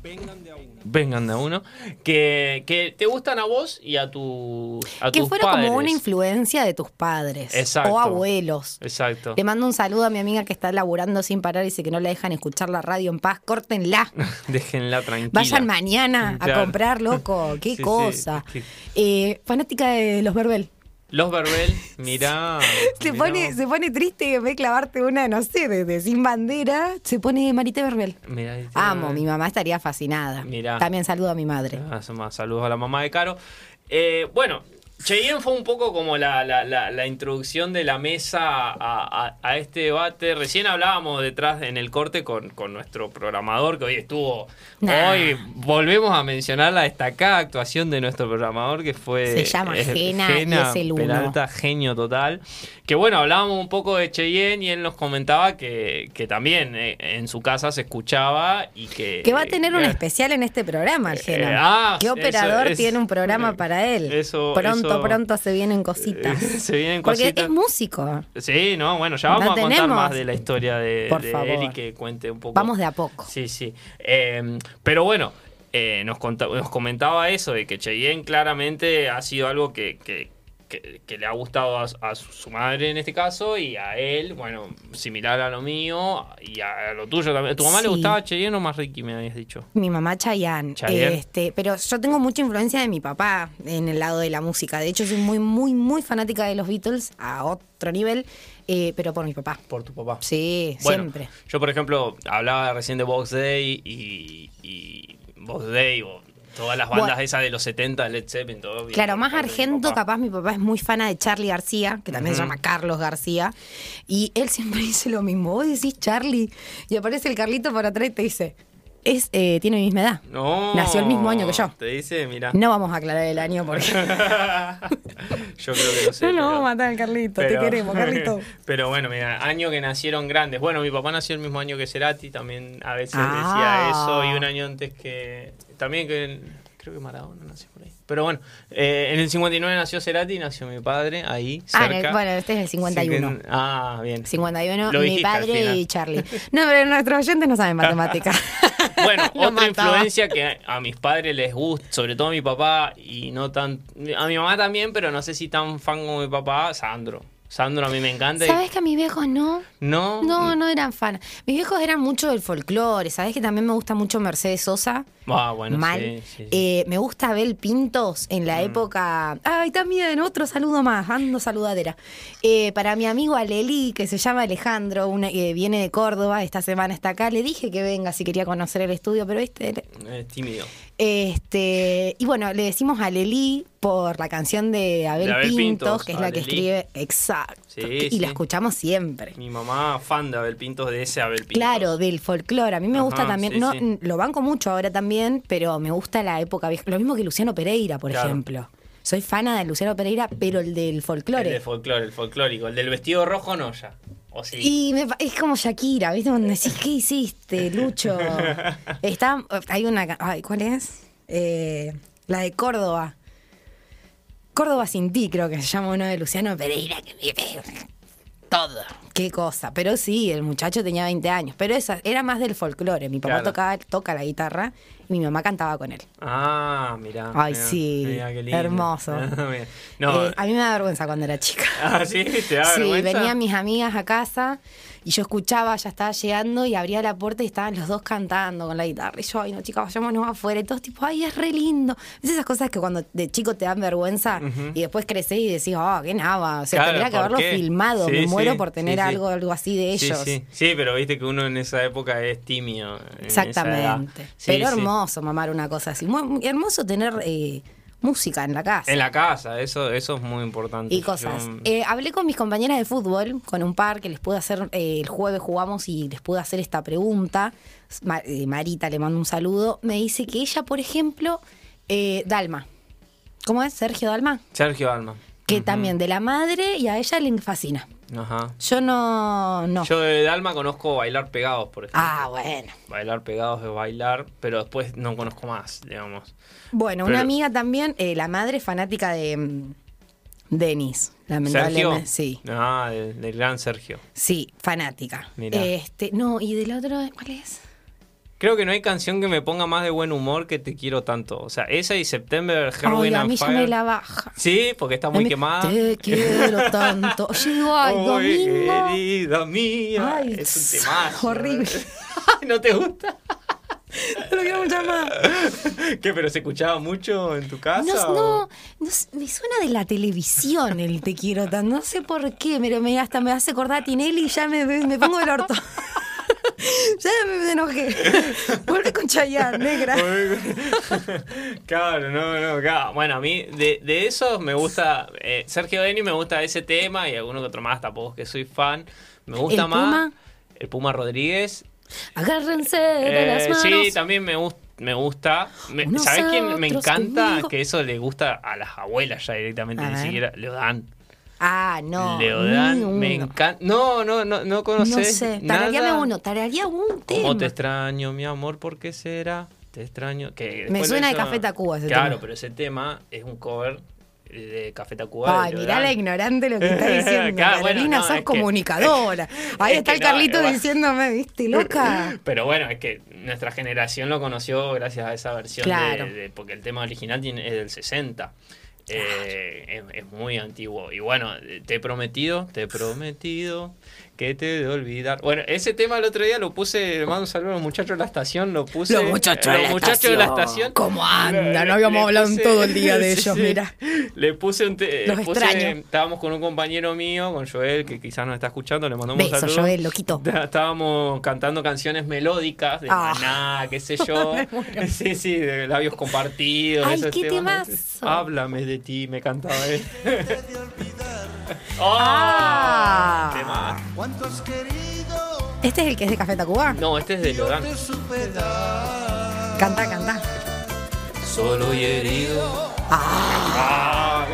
F: Vengan de a uno.
C: vengan de a uno, que, que te gustan a vos y a, tu, a
B: que
C: tus
B: fuera
C: padres.
B: como una influencia de tus padres
C: Exacto.
B: o abuelos.
C: Exacto.
B: Le mando un saludo a mi amiga que está laburando sin parar y dice que no la dejan escuchar la radio en paz.
C: *laughs*
B: Córtenla.
C: *laughs* Déjenla tranquila.
B: Vayan mañana
C: Claro.
B: a comprar,
C: *laughs*
B: loco. Qué
C: Sí, sí,
B: cosa.
C: es que-
B: Eh, fanática de los Verbel.
C: Los Verbel, mirá.
B: *laughs* Se
C: mirá
B: pone,
C: vos.
B: se pone triste que en vez de clavarte una, no sé, de, de sin bandera, se pone Marité Verbel.
C: Mirá, ahí tiene-
B: Amo, mi mamá estaría fascinada.
C: Ah. Mirá.
B: También saludo a mi madre.
C: Ah, más Saludos a la mamá de Caro. Eh, bueno, Cheyenne fue un poco como la, la- la- la introducción de la mesa a, a- a este debate. Recién hablábamos detrás en el corte con, con nuestro programador que hoy estuvo.
B: Nah.
C: Hoy volvemos a mencionar la destacada actuación de nuestro programador que fue.
B: Se
C: eh,
B: llama Jena y es el uno.
C: Peralta, genio total. Que bueno, hablábamos un poco de Cheyenne y él nos comentaba que, que también eh, en su casa se escuchaba y que.
B: Que va a tener un
C: que-
B: especial en este programa, el Geno.
C: Eh, ah,
B: ¿Qué
C: eso
B: operador
C: es-
B: tiene un programa
C: eh,
B: para él?
C: eso-
B: pronto,
C: eso-
B: pronto se vienen cositas.
C: Eh, *laughs* se vienen
B: Porque
C: cositas.
B: es músico.
C: Sí, no, bueno, ya vamos
B: No
C: a contar
B: tenemos.
C: más de la historia de,
B: Por
C: de
B: favor.
C: él y que cuente un poco.
B: Vamos de a poco.
C: Sí, sí. Eh, pero bueno, eh, nos, conta- nos comentaba eso, de que Cheyenne claramente ha sido algo que, que- que- que le ha gustado a, a su su madre en este caso y a él, bueno, similar a lo mío y a, a lo tuyo también. ¿Tu mamá le
B: Sí.
C: gustaba Cheyenne o más Ricky, me habías dicho?
B: Mi mamá Chayanne.
C: Chayanne.
B: Este, pero yo tengo mucha influencia de mi papá en el lado de la música. De hecho, soy muy, muy, muy fanática de los Beatles a otro nivel, eh, pero por mi papá.
C: Por tu papá.
B: Sí,
C: Bueno,
B: siempre.
C: Yo, por ejemplo, hablaba recién de Box Day y, y Box Day o todas las bandas
B: Bueno.
C: esas de los 70, Led Zeppelin, todo. bien
B: Claro,
C: por
B: más
C: parte de mi
B: argento,
C: papá.
B: capaz mi papá es muy fana de Charlie García, que también se llama Carlos García, y él siempre *laughs* dice lo mismo, vos decís Charlie, y aparece el Carlito por atrás y te dice, es, eh, tiene mi misma edad,
C: No.
B: nació el mismo año que yo.
C: Te dice, mira. *laughs*
B: No vamos a aclarar el año porque *laughs*
C: yo creo que no sé.
B: no lo
C: pero-
B: vamos a matar al Carlito,
C: pero-
B: te
C: *laughs*
B: queremos, Carlito.
C: pero bueno, mira, año que nacieron grandes. Bueno, mi papá nació el mismo año que Cerati, también a veces
B: Ah.
C: decía eso. Y un año antes que. También que. Creo que Maradona nació por ahí. Pero bueno, eh, en el 59 nació Cerati, nació mi padre ahí,
B: Ah,
C: cerca.
B: en el- bueno, este es el 51.
C: Ah, bien.
B: 51,
C: Lo
B: mi
C: dijiste al
B: padre
C: final.
B: y Charlie. No, pero nuestros oyentes no
C: *laughs*
B: saben matemáticas.
C: Bueno,
B: *laughs* Lo
C: otra
B: mataba.
C: influencia que a- a mis padres les gusta, sobre todo a mi papá y no tan. A mi mamá también, pero no sé si tan fan como mi papá, Sandro. Sandro a mí me encanta. y-
B: ¿Sabes que a mis viejos no?
C: No,
B: No, no eran fan. Mis viejos eran mucho del folclore. ¿Sabes que también me gusta mucho Mercedes Sosa?
C: Ah, bueno,
B: Mal.
C: sí, sí, Mm. sí.
B: Eh, me gusta Abel Pintos en la época. Ay, también, otro saludo más, ando saludadera. Eh, para mi amigo Aleli, que se llama Alejandro, una, que viene de Córdoba, esta semana está acá. Le dije que venga si quería conocer el estudio, pero este.
C: Eh, tímido.
B: Este, y bueno, le decimos a Lelí por la canción de Abel,
C: De Abel
B: Pintos,
C: Pintos,
B: que es
C: a
B: la que
C: Lelí.
B: escribe. Exacto.
C: Sí,
B: y
C: sí.
B: la escuchamos siempre.
C: Mi mamá fan de Abel Pintos, de ese Abel Pintos.
B: Claro, del folclore. A mí me gusta
C: Ajá,
B: también,
C: sí,
B: no,
C: sí.
B: n- lo banco mucho ahora también, pero me gusta la época vieja. Lo mismo que Luciano Pereira, por
C: Claro.
B: ejemplo. Soy fana de Luciano Pereira, pero el del
C: El
B: folclore.
C: de folclore, el folclórico. El del vestido rojo no ya. O sí.
B: y me pa- es como Shakira, ¿viste? Cuando decís, ¿qué hiciste,
C: *laughs*
B: Lucho? Está, hay una, ca- ay, ¿cuál es? Eh, la de Córdoba. Córdoba sin ti, creo que se llama uno de Luciano Pereira, que vive todo. Qué cosa. Pero sí, el muchacho tenía 20 años. Pero esa era más del folclore. Mi papá
C: Claro.
B: tocaba, toca la guitarra y mi mamá cantaba con él.
C: Ah, mirá.
B: Ay,
C: mirá,
B: sí.
C: mirá, qué lindo.
B: Hermoso.
C: *laughs* Mirá. no.
B: Eh, a mí me da vergüenza cuando era chica.
C: Ah, sí, te da
B: sí,
C: vergüenza?
B: venían mis amigas a casa y yo escuchaba, ya estaba llegando y abría la puerta y estaban los dos cantando con la guitarra. Y yo, ay, no, chicas, vayámonos afuera. Y todos tipo, ay, es re lindo. Es esas cosas que cuando de chico te dan vergüenza y después creces y decís, oh, qué nada. O sea,
C: Claro,
B: tendría que
C: ¿por
B: haberlo
C: qué?
B: filmado.
C: Sí,
B: me
C: sí,
B: muero por tener
C: sí, sí.
B: algo algo así de
C: Sí,
B: ellos.
C: sí. Sí, pero viste que uno en esa época es tímido. en esa edad.
B: Exactamente.
C: Sí,
B: Pero
C: sí.
B: hermoso mamar una cosa así. Muy- muy hermoso tener eh, música en la casa.
C: En la casa, eso, eso es muy importante.
B: Y cosas.
C: Yo- mm,
B: Eh, hablé con mis compañeras de fútbol, con un par que les pude hacer, eh, el jueves jugamos y les pude hacer esta pregunta. Ma- eh, Marita, le mando un saludo. Me dice que ella, por ejemplo, eh, Dalma. ¿Cómo es? Sergio Dalma.
C: Sergio Alma.
B: Que también de la madre y a ella le fascina.
C: Ajá.
B: Yo no. no.
C: Yo de Dalma conozco bailar pegados, por ejemplo.
B: Ah, bueno.
C: Bailar pegados es bailar, pero después no conozco más, digamos.
B: Bueno, una
C: Pero-
B: amiga también, eh, la madre fanática de mm, Denis,
C: Sergio.
B: lamentablemente. Sí.
C: Ah, del, del gran Sergio.
B: Sí, fanática.
C: Mirá.
B: Este, no, y del otro, ¿cuál es?
C: Creo que no hay canción que me ponga más de buen humor que te quiero tanto. O sea, esa y September,
B: Ay,
C: Heroin
B: a
C: and
B: mí ya
C: Fire.
B: me la baja.
C: Sí, porque está muy
B: Ay, me-
C: quemada.
B: Te quiero
C: *laughs*
B: tanto. Oye, digo, ay,
C: Ay,
B: domingo.
C: querida mía.
B: Ay,
C: es un
B: tss,
C: temazo.
B: horrible.
C: *laughs* ¿No te gusta?
B: Lo quiero mucho más.
C: *laughs* ¿Qué? ¿Pero se escuchaba mucho en tu casa?
B: No,
C: o-
B: no, no sé, me suena de la televisión el te quiero tanto. No sé por qué, pero me, hasta me hace acordar a Tinelli y ya me, me pongo el
C: *laughs*
B: orto. ya me enojé. Vuelve con Chayanne, negra.
C: *laughs* claro, no, no, claro. Bueno, a mí de, de esos me gusta. eh, Sergio Denis me gusta ese tema y alguno que otro más, tampoco es que soy fan. Me gusta
B: ¿El
C: más.
B: Puma?
C: El Puma Rodríguez.
B: Agárrense de las
C: Eh,
B: manos.
C: sí, también me gusta. Me gusta. Me-
B: Unos
C: ¿Sabés
B: a
C: quién me
B: otros
C: encanta?
B: conmigo.
C: Que eso le gusta a las abuelas ya directamente,
B: A
C: ni
B: ver.
C: siquiera le dan.
B: Ah, no. ni
C: Leodán, me
B: uno.
C: encanta. No, no, no, no
B: No
C: conoces.
B: sé,
C: nada.
B: tarareame uno, tararía un tema.
C: ¿Cómo te extraño, mi amor? ¿Por qué será? Te extraño. Que después
B: suena de
C: hizo-
B: Café Tacuba ese
C: Claro,
B: tema.
C: pero ese tema es un cover de Café Tacuba.
B: Ay,
C: de
B: mirá
C: Leodán.
B: la ignorante
C: *laughs*
B: lo que está diciendo.
C: Claro, bueno,
B: Carolina,
C: no,
B: sos
C: es que-
B: comunicadora. Ahí
C: *laughs* es
B: está
C: que
B: el
C: no,
B: Carlito
C: igual.
B: diciéndome, viste, loca.
C: Pero bueno, es que nuestra generación lo conoció gracias a esa versión.
B: Claro.
C: De, de- porque el tema original tiene, es del 60. Eh, es, es muy antiguo. Y bueno, te he prometido, te he prometido que te he de olvidar. Bueno, ese tema el otro día lo puse, le mando un saludo a los muchachos de la estación, lo puse. Eh,
B: Los muchachos de
C: los
B: la
C: muchachos de la
B: estación.
C: estación.
B: ¿Cómo anda?
C: Le-
B: No habíamos
C: le
B: hablado en
C: puse-
B: todo el día de
C: *laughs* Sí,
B: ellos,
C: sí.
B: mira.
C: Le puse un te- eh,
B: Los
C: puse-
B: extraño.
C: Estábamos con un compañero mío, con Joel, que quizás nos está escuchando, le mandamos un
B: Beso,
C: saludo.
B: Joel, eh, loquito.
C: Ta- *laughs* Estábamos cantando canciones melódicas de
B: Ah.
C: Maná, qué sé
B: *laughs*
C: yo. *laughs* sí, sí, de labios compartidos.
B: Ay,
C: esos
B: qué
C: temas.
B: temazo.
C: Háblame de ti, me cantaba *laughs* él. *laughs*
B: Ah.
C: Tema.
G: ¿Cuántos queridos
B: Este es el que es de Café Tacuba.
C: No, este es de Lodan.
G: te superar?
B: Canta, canta.
C: Solo y herido. Ah,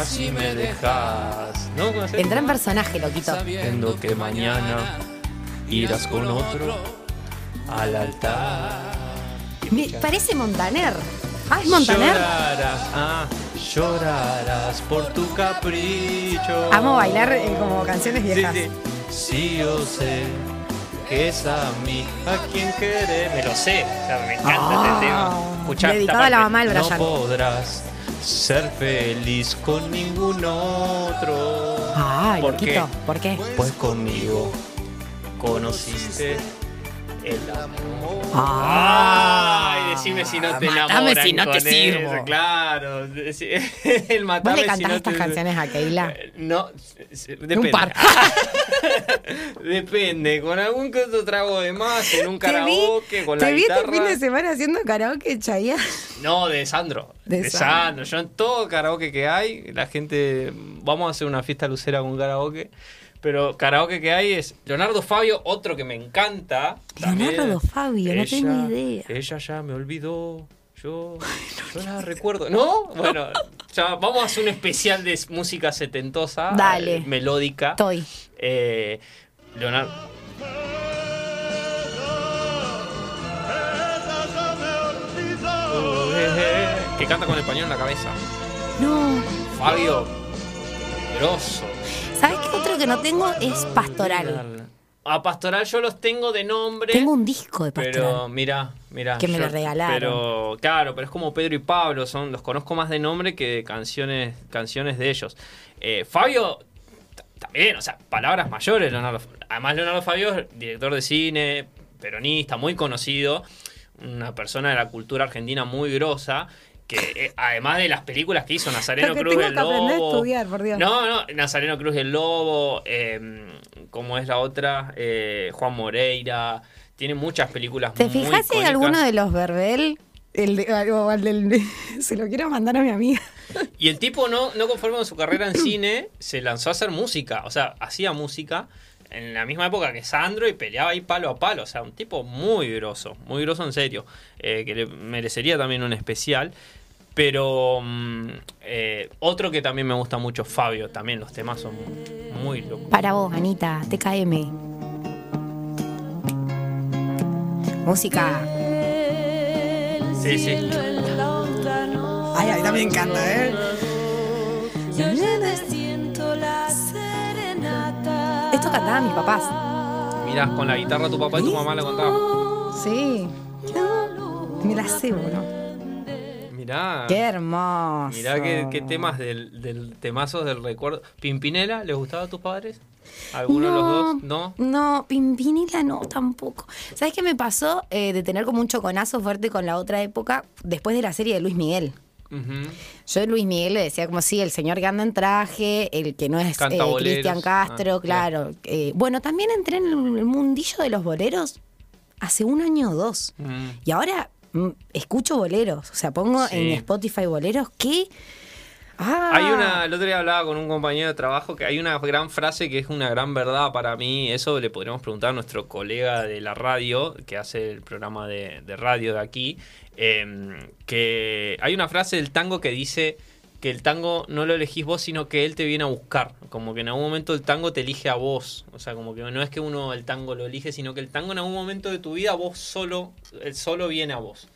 C: así me dejas. ¿No? ¿Conocés?
B: Entra en personaje, loquito.
C: Sabiendo que mañana irás con otro al altar.
B: Me parece Montaner. Ah, es Montaner.
C: Llorarás, ah, llorarás por tu capricho.
B: Amo bailar eh, como canciones
C: Sí,
B: viejas.
C: sí. Sí, yo sé que es a mí a quien querer. Me lo sé, o sea, me encanta
B: Ah.
C: este tema. Escuchá esta
B: Dedicado a la
C: parte.
B: mamá del
C: No
B: Brian.
C: podrás ser feliz con ningún otro.
B: Ah,
C: ¿Por qué?
B: loquito. ¿Por qué?
F: Pues conmigo conociste el amor.
B: Ah.
C: Ay, decime si no te
B: Matame
C: enamoras.
B: si no te sirvo.
C: Claro, deci- *laughs* el
B: ¿Vos
C: matame
B: le cantás
C: si no
B: estas
C: te-
B: canciones a Keila?
C: Eh, No, s- s- depende.
B: par.
C: *laughs* depende, con algún que otro trago de más, en un
B: Te vi-
C: karaoke, con la
B: te vi
C: guitarra.
B: este fin de semana haciendo karaoke, Chaya.
C: No, de Sandro.
B: De
C: De, Sandro. Yo en todo karaoke que hay, la gente. Vamos a hacer una fiesta lucera con karaoke. Pero karaoke que hay es Leonardo Fabio, otro que me encanta. también.
B: Leonardo Fabio, no tengo idea.
C: Ella ya me olvidó. Yo, yo la recuerdo. ¿No? Bueno, ya vamos a hacer un especial de s- música setentosa.
B: Dale.
C: eh, melódica.
B: Estoy.
C: Eh, Leonardo. Oh, Que canta con el pañuelo en la cabeza.
B: No.
C: Fabio. Grosso.
B: ¿Sabes qué otro que no tengo es Pastoral?
C: A Pastoral yo los tengo de nombre.
B: Tengo un disco de
C: Pero
B: Pastoral.
C: mira, mira.
B: Que me lo regalaron.
C: Pero claro, pero es como Pedro y Pablo, son los conozco más de nombre que de canciones, canciones de ellos. Eh, Fabio t- también, o sea, palabras mayores, Leonardo. Además Leonardo Fabio es director de cine, peronista, muy conocido, una persona de la cultura argentina muy grosa. Que eh, además de las películas que hizo Nazareno
B: Lo que
C: Cruz
B: tengo
C: del
B: que aprender a
C: Lobo.
B: estudiar, por Dios.
C: No, no, Nazareno Cruz del Lobo, eh, como es la otra, Eh, Juan Moreira. Tiene muchas películas
B: ¿Te
C: muy
B: fijas si hay
C: icónicas.
B: alguno de los Verbel? El de- *laughs* o el del- se lo quiero mandar a mi amiga.
C: Y el tipo, no, no conforme con su carrera en cine, se lanzó a hacer música. O sea, hacía música en la misma época que Sandro y peleaba ahí palo a palo. O sea, un tipo muy grosso, muy grosso en serio. eh, que le merecería también un especial. Pero mm, eh, otro que también me gusta mucho, Fabio. También los temas son muy locos.
B: Para vos, Anita, TKM. Música.
C: Sí, sí.
B: Ay, a mí también me encanta, ¿eh? Esto cantaban mis papás.
C: Mirás con la guitarra tu papá y tu mamá la contaban.
B: Sí. Me la sé, boludo.
C: Mirá.
B: Qué hermoso.
C: Mirá qué, qué temas del, del temazos del recuerdo. ¿Pimpinela les gustaba a tus padres? ¿Alguno de los dos? No.
B: No, Pimpinela no, tampoco. ¿Sabes qué me pasó Eh, de tener como un choconazo fuerte con la otra época después de la serie de Luis Miguel?
C: Ujú.
B: Yo a Luis Miguel le decía como sí, el señor que anda en traje, el que no es
C: Canta
B: eh,
C: boleros.
B: Cristian Castro,
C: Ah,
B: claro. Eh, bueno, también entré en el mundillo de los boleros hace un año o dos.
C: Mm.
B: Y ahora mm, escucho boleros, o sea, pongo
C: Sí.
B: en Spotify boleros que... Ah,
C: Hay una, el otro día hablaba con un compañero de trabajo que hay una gran frase que es una gran verdad para mí. Eso le podríamos preguntar a nuestro colega de la radio, que hace el programa de, de radio de aquí. eh, que hay una frase del tango que dice que el tango no lo elegís vos, sino que él te viene a buscar. Como que en algún momento el tango te elige a vos. O sea, como que no es que uno el tango lo elige, sino que el tango en algún momento de tu vida vos solo, él solo viene a vos.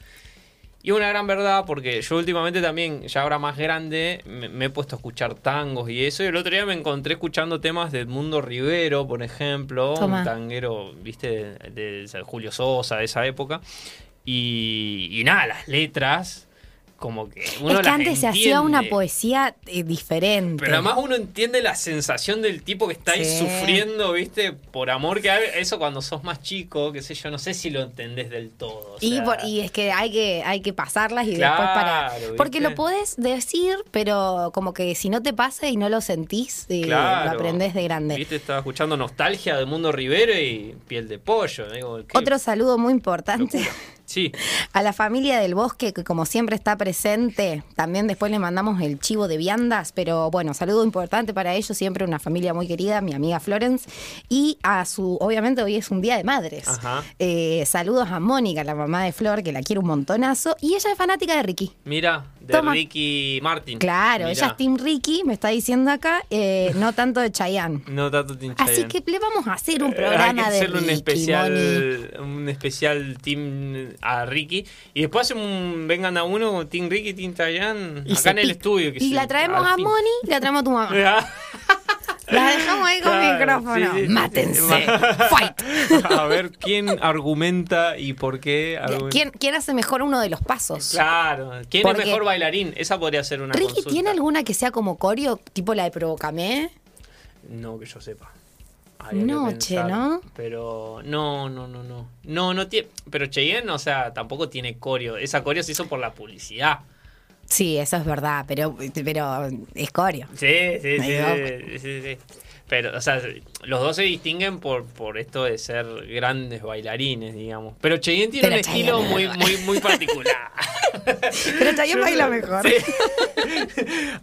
C: Y una gran verdad, porque yo últimamente también, ya ahora más grande, me, me he puesto a escuchar tangos y eso. Y el otro día me encontré escuchando temas de Edmundo Rivero, por ejemplo,
B: Toma.
C: un tanguero, viste, de, de Julio Sosa, de esa época. Y, y nada, las letras, como que uno
B: es que
C: las
B: antes se hacía una
C: entiende.
B: poesía eh, diferente.
C: Pero además uno entiende la sensación del tipo que está ahí
B: Sí.
C: sufriendo, ¿viste? Por amor que hay. Eso cuando sos más chico, qué sé yo, no sé si lo entendés del todo. o
B: Y,
C: sea,
B: por- y es que hay que hay que pasarlas y
C: Claro,
B: después para
C: ¿viste?
B: porque lo podés decir pero como que si no te pasa y no lo sentís eh, lo
C: claro.
B: aprendés de grande
C: Viste, estaba escuchando Nostalgia de Mundo Rivero y Piel de Pollo. ¿no? Digo, ¿qué?
B: otro saludo muy importante
C: Sí,
B: *laughs* a la familia del bosque que como siempre está presente también después le mandamos el chivo de viandas pero bueno saludo importante para ellos siempre una familia muy querida mi amiga Florence y a su obviamente hoy es un día de madres
C: Ajá.
B: Eh, saludos a Mónica la mamá de Flor que la quiero un montonazo y ella es fanática de Ricky
C: mira, de
B: Toma.
C: Ricky Martin.
B: Claro,
C: Mirá.
B: ella es Team Ricky, me está diciendo acá, eh, no tanto de Chayanne.
C: No tanto Tim
B: Así
C: Chayanne.
B: que le vamos a hacer un
C: Eh,
B: programa
C: Hay que
B: de
C: hacerle un
B: Ricky, Moni.
C: especial, un especial team a Ricky. Y después hacemos un vengan a uno con Team Ricky, Team Tayan,
B: Y se
C: acá en el
B: pica.
C: estudio. que
B: y
C: se-
B: la traemos
C: al
B: a
C: fin.
B: Moni y la traemos a tu mamá.
C: *laughs*
B: La dejamos ahí con
C: Claro,
B: micrófono.
C: sí, sí, sí,
B: Mátense.
C: *laughs* sí, sí.
B: Fight.
C: a ver quién argumenta y por qué. argumenta.
B: ¿Quién, quién hace mejor uno de los pasos?
C: Claro, ¿quién
B: Porque-
C: es mejor bailarín? Esa podría ser una
B: ¿Ricky
C: consulta.
B: tiene alguna que sea como coreo, tipo la de Provocame?
C: No, que yo sepa.
B: No, che,
C: pensar,
B: ¿no?
C: Pero no, no, no, no. No, no tiene. Pero Cheyenne, o sea, tampoco tiene coreo. Esa coreo se hizo por la publicidad.
B: Sí, eso es verdad, pero, pero es coreo.
C: Sí, sí, sí,
B: Ahí
C: sí, sí, sí. Pero, o sea, los dos se distinguen por, por esto de ser grandes bailarines, digamos. Pero Cheyenne tiene
B: Pero
C: un estilo
B: Cheyenne,
C: muy,
B: bueno.
C: muy,
B: *laughs*
C: muy particular.
B: Pero también
C: Yo
B: baila
C: no-
B: mejor.
C: Sí.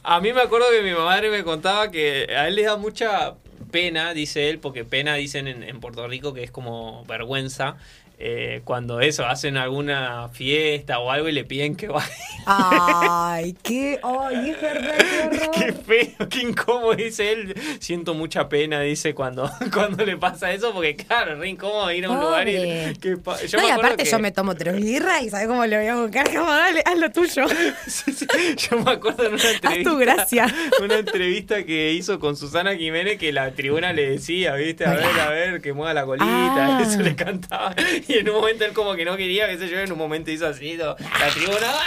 C: A mí me acuerdo que mi madre me contaba que a él le da mucha pena, dice él, porque pena dicen en, en Puerto Rico que es como vergüenza. eh, cuando eso, hacen alguna fiesta o algo y le piden
B: *laughs*
C: que baile. *laughs*
B: Ay, qué. Ay, es verdad, qué horror.
C: Qué feo, qué incómodo, dice él. Siento mucha pena, dice, cuando, *laughs* cuando le pasa eso, porque claro, es re incómodo ir a un lugar
B: Pobre.
C: y... que pa- yo
B: no,
C: me
B: y
C: acuerdo
B: aparte
C: que-
B: yo me tomo tres birras y ¿sabes cómo le voy a buscar? Como, dale, haz lo tuyo.
C: Sí, sí, yo me acuerdo en una
B: Haz tu
C: entrevista...
B: gracia.
C: Una entrevista que hizo con Susana Jiménez que la tribuna le decía, viste, a
B: Hola.
C: ver, a ver, que mueva la colita,
B: Ah.
C: eso le cantaba. Y en un momento él como que no quería, que se yo, en un momento hizo así, lo- la tribuna, ¡ah!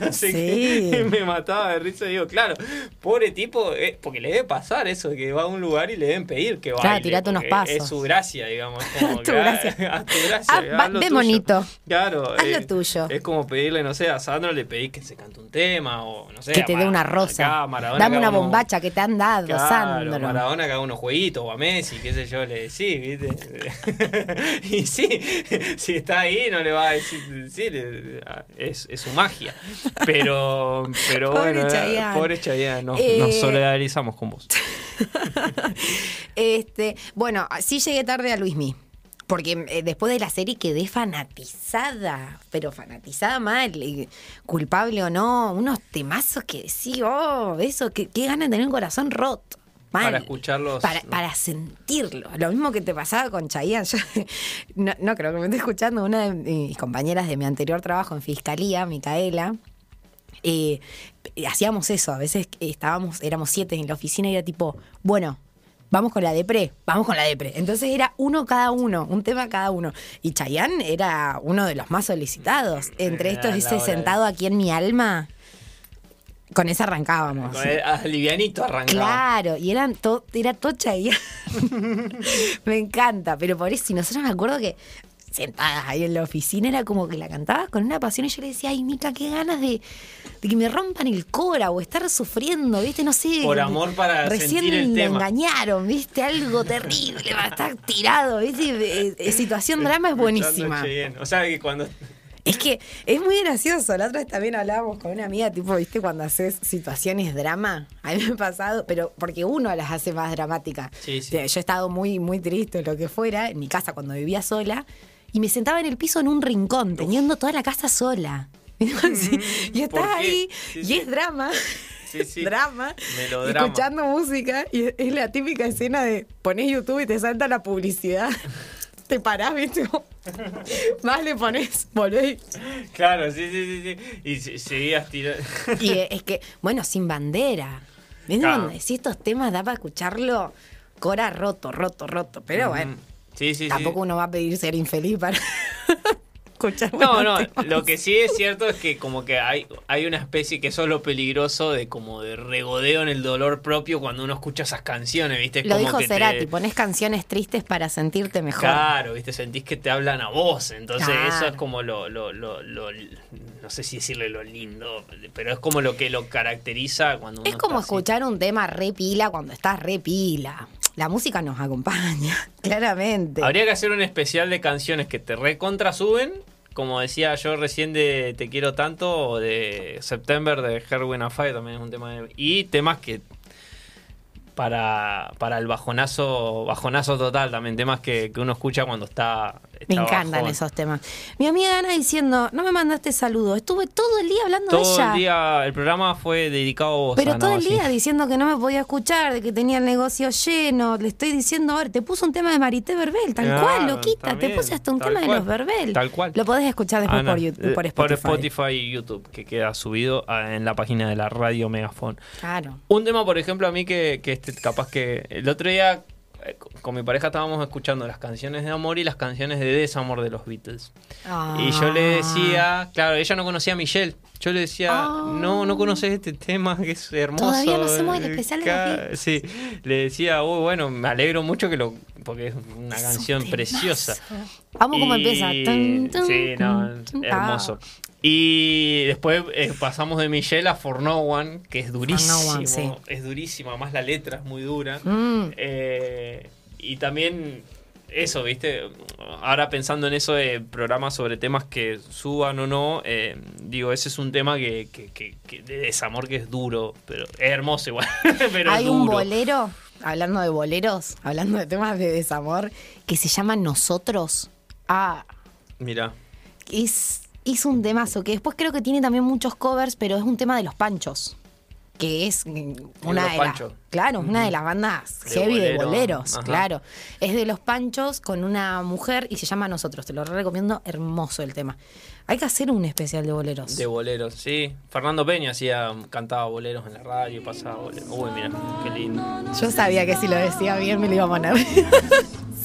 C: No sé
B: Sí.
C: qué. Y me mataba de risa, digo, claro, pobre tipo, eh, porque le debe pasar eso, que va a un lugar y le deben pedir que
B: Claro,
C: baile.
B: tirate unos
C: porque Es
B: pasos.
C: su gracia,
B: *laughs*
C: digamos. es como
B: Haz tu
C: que, ah,
B: gracia.
C: *laughs* haz tu gracia,
B: Ah, va-
C: haz lo
B: ve
C: tuyo.
B: bonito.
C: Claro. eh,
B: Haz lo tuyo.
C: Es como pedirle, no sé, a Sandro le pedís que se cante un tema o no sé.
B: Que te
C: a
B: dé una
C: Mar-
B: rosa.
C: acá, Maradona,
B: Dame
C: acá
B: una
C: uno-
B: bombacha que te han dado,
C: Claro,
B: Sandro.
C: Maradona que haga unos jueguitos o a Messi, qué sé yo, le decís, ¿viste? *laughs* y sí, si está ahí no le va a decir, sí, le- es, es su magia. Pero, pero
B: *laughs* Pobre
C: bueno,
B: Chayanne.
C: pobre Chayanne, nos,
B: Eh,
C: nos solidarizamos
B: *laughs*
C: con vos.
B: Este, bueno, sí llegué tarde a Luismi. Porque eh, después de la serie quedé fanatizada, pero fanatizada mal, y culpable o no, unos temazos que sí, oh, eso, que- qué ganas de tener un corazón roto. Mal.
C: Para escucharlos.
B: Para, para sentirlo. Lo mismo que te pasaba con Chayanne. Yo, *laughs* no, no creo que me esté escuchando una de mis compañeras de mi anterior trabajo en fiscalía, Micaela. eh, eh, hacíamos eso, a veces estábamos, éramos siete en la oficina y era tipo, bueno, vamos con la depre, vamos con la depre. Entonces era uno cada uno, un tema cada uno. Y Chayanne era uno de los más solicitados. Entre
C: Era
B: estos
C: la
B: dice
C: hora de-
B: sentado aquí en mi alma. Con esa arrancábamos.
C: Con el- ah, Livianito arrancaba.
B: Claro, y eran to, era tocha y *laughs* me encanta, pero por eso, y nosotros me acuerdo que sentadas ahí en la oficina era como que la cantabas con una pasión y yo le decía, ay Mica, qué ganas de, de que me rompan el cora o estar sufriendo, viste, no sé.
C: Por amor para
B: Recién
C: sentir el
B: me
C: tema.
B: engañaron, viste, algo terrible, va a estar tirado, viste, eh, eh, situación drama es
C: Escuchando
B: buenísima.
C: Cheyenne. O sea que cuando *laughs*
B: Es que es muy gracioso. La otra vez también hablábamos con una amiga, tipo, ¿viste? Cuando haces situaciones drama. A mí me ha pasado, pero porque uno las hace más dramáticas.
C: Sí, sí.
B: Yo he estado muy, muy triste, lo que fuera, en mi casa cuando vivía sola. Y me sentaba en el piso en un rincón, teniendo toda la casa sola. *laughs* y estás
C: ¿por qué?
B: ahí,
C: Sí,
B: y
C: sí.
B: es drama.
C: Sí,
B: *laughs*
C: sí.
B: drama.
C: Melodrama.
B: Escuchando música. Y es la típica escena de pones YouTube y te salta la
C: *laughs*
B: publicidad. Te parás, viste. Más le pones, volvés.
C: Claro, sí, sí, sí, sí. Y se- seguías tirando.
B: Y eh, es que, bueno, sin bandera. ¿Ven
C: Claro.
B: dónde? Si estos temas da para escucharlo, cora roto, roto, roto. Pero bueno,
C: Sí, sí, sí.
B: tampoco uno va a pedir ser infeliz para *laughs* escuchar.
C: No, no,
B: buenos temas.
C: lo que sí es cierto es que como que hay, hay una especie que eso es lo peligroso de como de regodeo en el dolor propio cuando uno escucha esas canciones, ¿viste? Es
B: Lo
C: como
B: dijo
C: que te-
B: Cerati, pones canciones tristes para sentirte mejor.
C: Claro, ¿viste? Sentís que te hablan a vos, entonces eso es
B: Claro.
C: como lo, lo, lo, lo- no sé si decirle lo lindo, pero es como lo que lo caracteriza cuando uno
B: es como
C: está así.
B: escuchar un tema re pila cuando estás re pila. La música nos acompaña, *laughs* claramente.
C: Habría que hacer un especial de canciones que te recontra suben, como decía yo recién de Te quiero tanto o de September de Herwin Afai, también es un tema de- y temas que para, para el bajonazo, bajonazo total también, temas que, que uno escucha cuando está,
B: Me
C: está
B: encantan
C: bajón.
B: esos temas. Mi amiga Ana diciendo, no me mandaste saludos. Estuve todo el día hablando de
C: Todo
B: ella.
C: el día el programa fue dedicado a vos.
B: Pero
C: Ana
B: todo el
C: Bassi.
B: día diciendo que no me podía escuchar, de que tenía el negocio lleno. Le estoy diciendo ahora, te puso un tema de Marité Verbel, tal
C: Claro,
B: cual, loquita.
C: también,
B: te puse hasta un
C: tal
B: tema de
C: cual,
B: los Verbel.
C: tal cual.
B: Lo podés escuchar después
C: Ana,
B: por, YouTube, por
C: eh,
B: Spotify.
C: y YouTube, que queda subido ah, en la página de la radio Megafon.
B: Claro.
C: Un tema, por ejemplo, a mí que, que este, capaz que el otro día eh, co- con mi pareja estábamos escuchando las canciones de amor y las canciones de desamor de los Beatles. Y yo le decía, claro, ella no conocía a Michelle. Yo le decía,
B: Ah.
C: no, no conoces este tema que es hermoso. eh,
B: Todavía no hacemos el especial de los
C: Ca-
B: Beatles.
C: Sí, le decía, "Oh, bueno, me alegro mucho que lo. porque es una
B: Es un
C: canción
B: temazo.
C: preciosa.
B: Vamos como
C: Y-
B: empieza. Tun, tun,
C: sí, no,
B: tun, tun.
C: hermoso.
B: Ah,
C: Y después eh, pasamos de Michelle a For No One, que es durísimo.
B: No One, sí.
C: Es durísima, además la letra es muy dura.
B: Mm.
C: Eh, y también eso, ¿viste? Ahora pensando en eso de programas sobre temas que suban o no, eh, digo, ese es un tema que, que- que- que de desamor que es duro, pero es hermoso igual. *laughs* pero es
B: Hay un
C: duro.
B: bolero, hablando de boleros, hablando de temas de desamor, que se llama Nosotros. Ah,
C: Mira,
B: es, es un temazo que después creo que tiene también muchos covers, pero es un tema de los panchos. Que es mm, una de,
C: Los
B: las-
C: Panchos.
B: claro, una de las bandas
C: De
B: heavy de
C: bolero,
B: boleros,
C: ajá.
B: claro. Es de los panchos con una mujer y se llama Nosotros. Te lo re recomiendo, hermoso el tema. Hay que hacer un especial de boleros.
C: de boleros, sí. Fernando Peña hacía, cantaba boleros en la radio, pasaba boleros. Uy, mira, qué lindo.
B: Yo sabía que si lo decía bien me lo iba a poner. *laughs*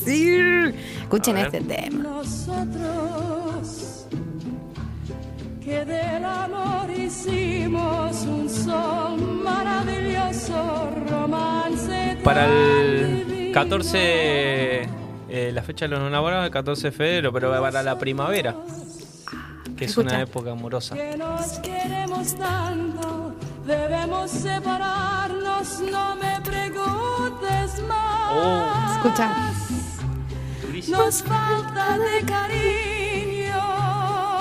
B: sí. Escuchen
C: A ver.
B: este tema.
H: nosotros que del amor hicimos un son maravilloso romance
C: Para
H: tan divino.
C: el 14, eh, la fecha de los enamorados, el 14 de febrero, pero para la primavera, que es
B: Escucha.
C: una época amorosa.
H: que nos queremos tanto debemos separarnos no me preguntes más
B: Escucha.
H: nos falta de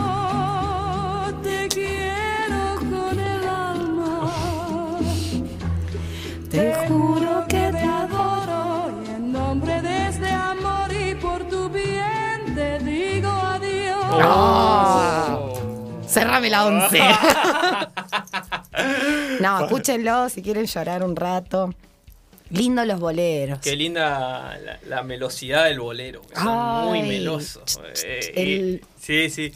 H: cariño. Te quiero con el alma. Te juro que te adoro. Y en nombre de este amor y por tu bien te digo adiós.
C: Oh.
B: Oh. Cerrame la once. *laughs* no, escúchenlo si quieren llorar un rato. Lindo los boleros.
C: Qué linda la, la melosidad del bolero. que Son muy
B: Ay,
C: melosos.
B: ch- ch-
C: eh,
B: el-
C: y- sí, sí.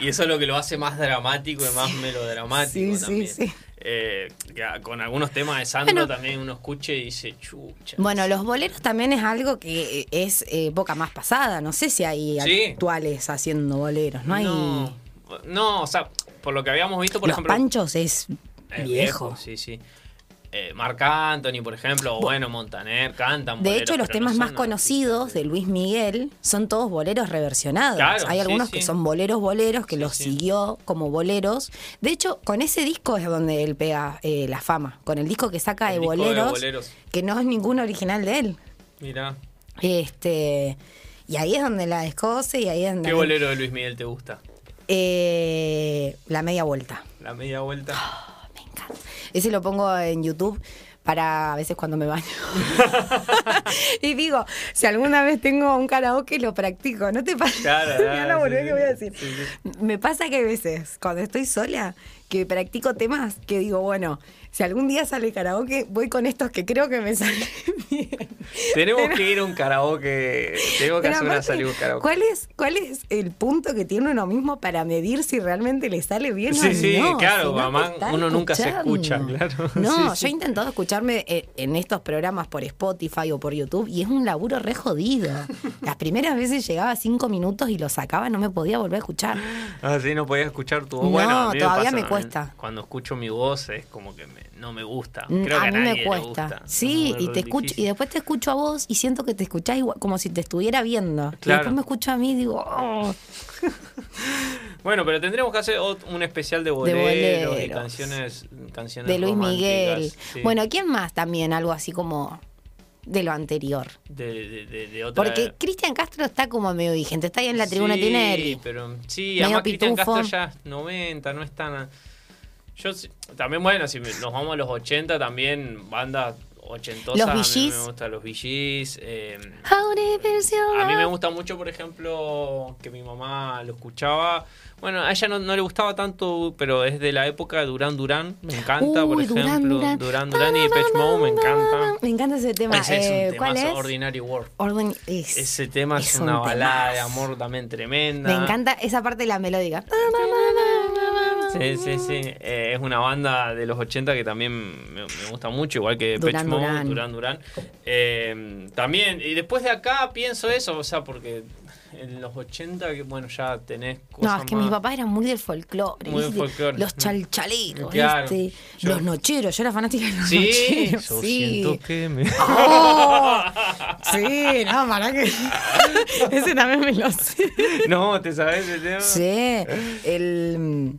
C: Y eso es lo que lo hace más dramático y más melodramático
B: Sí, sí,
C: también.
B: sí.
C: Eh, ya, con algunos temas de Sandro
B: Bueno.
C: también uno escucha y dice, chucha.
B: Bueno, los boleros también es algo que eh, es eh, época más pasada. No sé si hay
C: Sí.
B: actuales haciendo boleros. No hay.
C: no, no, o sea, por lo que habíamos visto, por
B: los
C: ejemplo.
B: panchos es
C: es
B: viejo.
C: Sí, sí. Eh, Marc Anthony, por ejemplo, o bueno, Montaner, cantan.
B: De
C: boleros,
B: hecho, los
C: pero no
B: temas
C: son
B: más
C: artistas
B: conocidos de Luis Miguel son todos boleros reversionados.
C: Claro,
B: Hay
C: sí,
B: algunos que
C: sí.
B: son boleros boleros, que los
C: sí.
B: siguió como boleros. De hecho, con ese disco es donde él pega eh, la fama. Con el disco que saca
C: El
B: de
C: disco de
B: boleros,
C: boleros.
B: que no es ninguno original de él.
C: Mirá,
B: Este, y ahí es donde la descoce y ahí es donde...
C: ¿qué bolero de Luis Miguel te gusta?
B: Eh, la media vuelta.
C: La media vuelta.
B: *gasps*
C: *laughs*
B: Me encanta. Ese lo pongo en YouTube para a veces cuando me
C: *laughs*
B: baño. y digo, si alguna vez tengo un karaoke, lo practico. ¿No te pasa?
C: Claro,
B: *laughs* Mirá la
C: claro,
B: boludez
C: sí,
B: que
C: sí,
B: voy a decir.
C: sí,
B: Me pasa que a veces, cuando estoy sola, que practico temas que digo, bueno, si algún día sale karaoke, voy con estos que creo que me salen *laughs* bien.
C: Tenemos que ir a un karaoke. Tengo que
B: Pero
C: hacer una
B: aparte,
C: salida a un karaoke.
B: ¿cuál es, ¿Cuál es el punto que tiene uno mismo para medir si realmente le sale bien o
C: Sí, sí,
B: no?
C: claro,
B: Si no
C: mamá,
B: te están
C: uno nunca se escucha,
B: escuchando.
C: claro.
B: *laughs* No,
C: Sí,
B: yo he
C: sí.
B: intentado escucharme eh, en estos programas por Spotify o por YouTube y es un laburo re
C: *laughs*
B: jodido. Las primeras veces llegaba a cinco minutos y lo sacaba, no me podía volver a escuchar.
C: Ah, sí, no podías escuchar tu voz.
B: No,
C: bueno, a mí
B: todavía
C: pasa
B: me
C: también.
B: cuesta.
C: Cuando escucho mi voz es como que me- no me gusta.
B: Mm,
C: *gasps* Creo
B: a
C: que a
B: mí
C: nadie
B: me
C: le
B: cuesta.
C: gusta.
B: Sí,
C: No,
B: y
C: es
B: te escucho
C: difícil.
B: y después te escucho a vos y siento que te escuchás igual, como si te estuviera viendo. Y
C: Claro.
B: después me escucho a mí y digo, "Oh".
C: Bueno, pero tendremos que hacer ot- un especial de boleros, y
B: boleros.
C: canciones, canciones
B: de Luis Miguel.
C: románticas, sí.
B: Bueno, ¿quién más también? Algo así como de lo anterior.
C: de, de, de- de otra.
B: Porque Cristian Castro está como medio vigente, está ahí en la tribuna,
C: sí,
B: tiene el-
C: Pero, sí,
B: medio
C: además Cristian
B: pitufo.
C: Castro ya es 90, no es tan. Yo sí- también, bueno, si me- nos vamos a los 80, también bandas ochentosas.
B: Los
C: a mí
B: VGs.
C: me gustan los VGs. eh,
B: How deep is your
C: a mí me
B: love?
C: gusta mucho, por ejemplo, que mi mamá lo escuchaba. Bueno, a ella no, no le gustaba tanto, pero es de la época de Durán Durán. Me encanta, por
B: Uy,
C: ejemplo.
B: Durán Durán.
C: Durán Durán y Depeche Mode me encanta.
B: Me encanta ese tema.
C: Ese es un
B: Eh, ¿Cuál
C: temazo,
B: es?
C: Ordinary World.
B: Orden- es-
C: Ese tema es,
B: es
C: una
B: un
C: balada de
B: temazo.
C: amor también tremenda.
B: Me encanta esa parte de la melódica.
C: Sí, sí, sí. Eh, es una banda de los 80 que también me, me gusta mucho, igual que
B: Duran
C: Pech Mode,
B: Duran.
C: Durán Durán. Eh, también, y después de acá pienso eso, o sea, porque en los 80, que, bueno, ya tenés cosas.
B: No, es que
C: más-
B: mis papás eran muy del folclore.
C: Muy del
B: ¿viste?
C: folclore.
B: Los chalchalecos,
C: Claro.
B: ¿viste?
C: Yo-
B: Los nocheros. Yo era fanática de los
C: Sí,
B: nocheros.
C: yo
B: sí.
C: siento
B: *laughs*
C: que me.
B: ¡Oh! Sí, no, para
C: *laughs*
B: que. Ese también me lo sé.
C: no, ¿te sabes el tema?
B: Sí. El,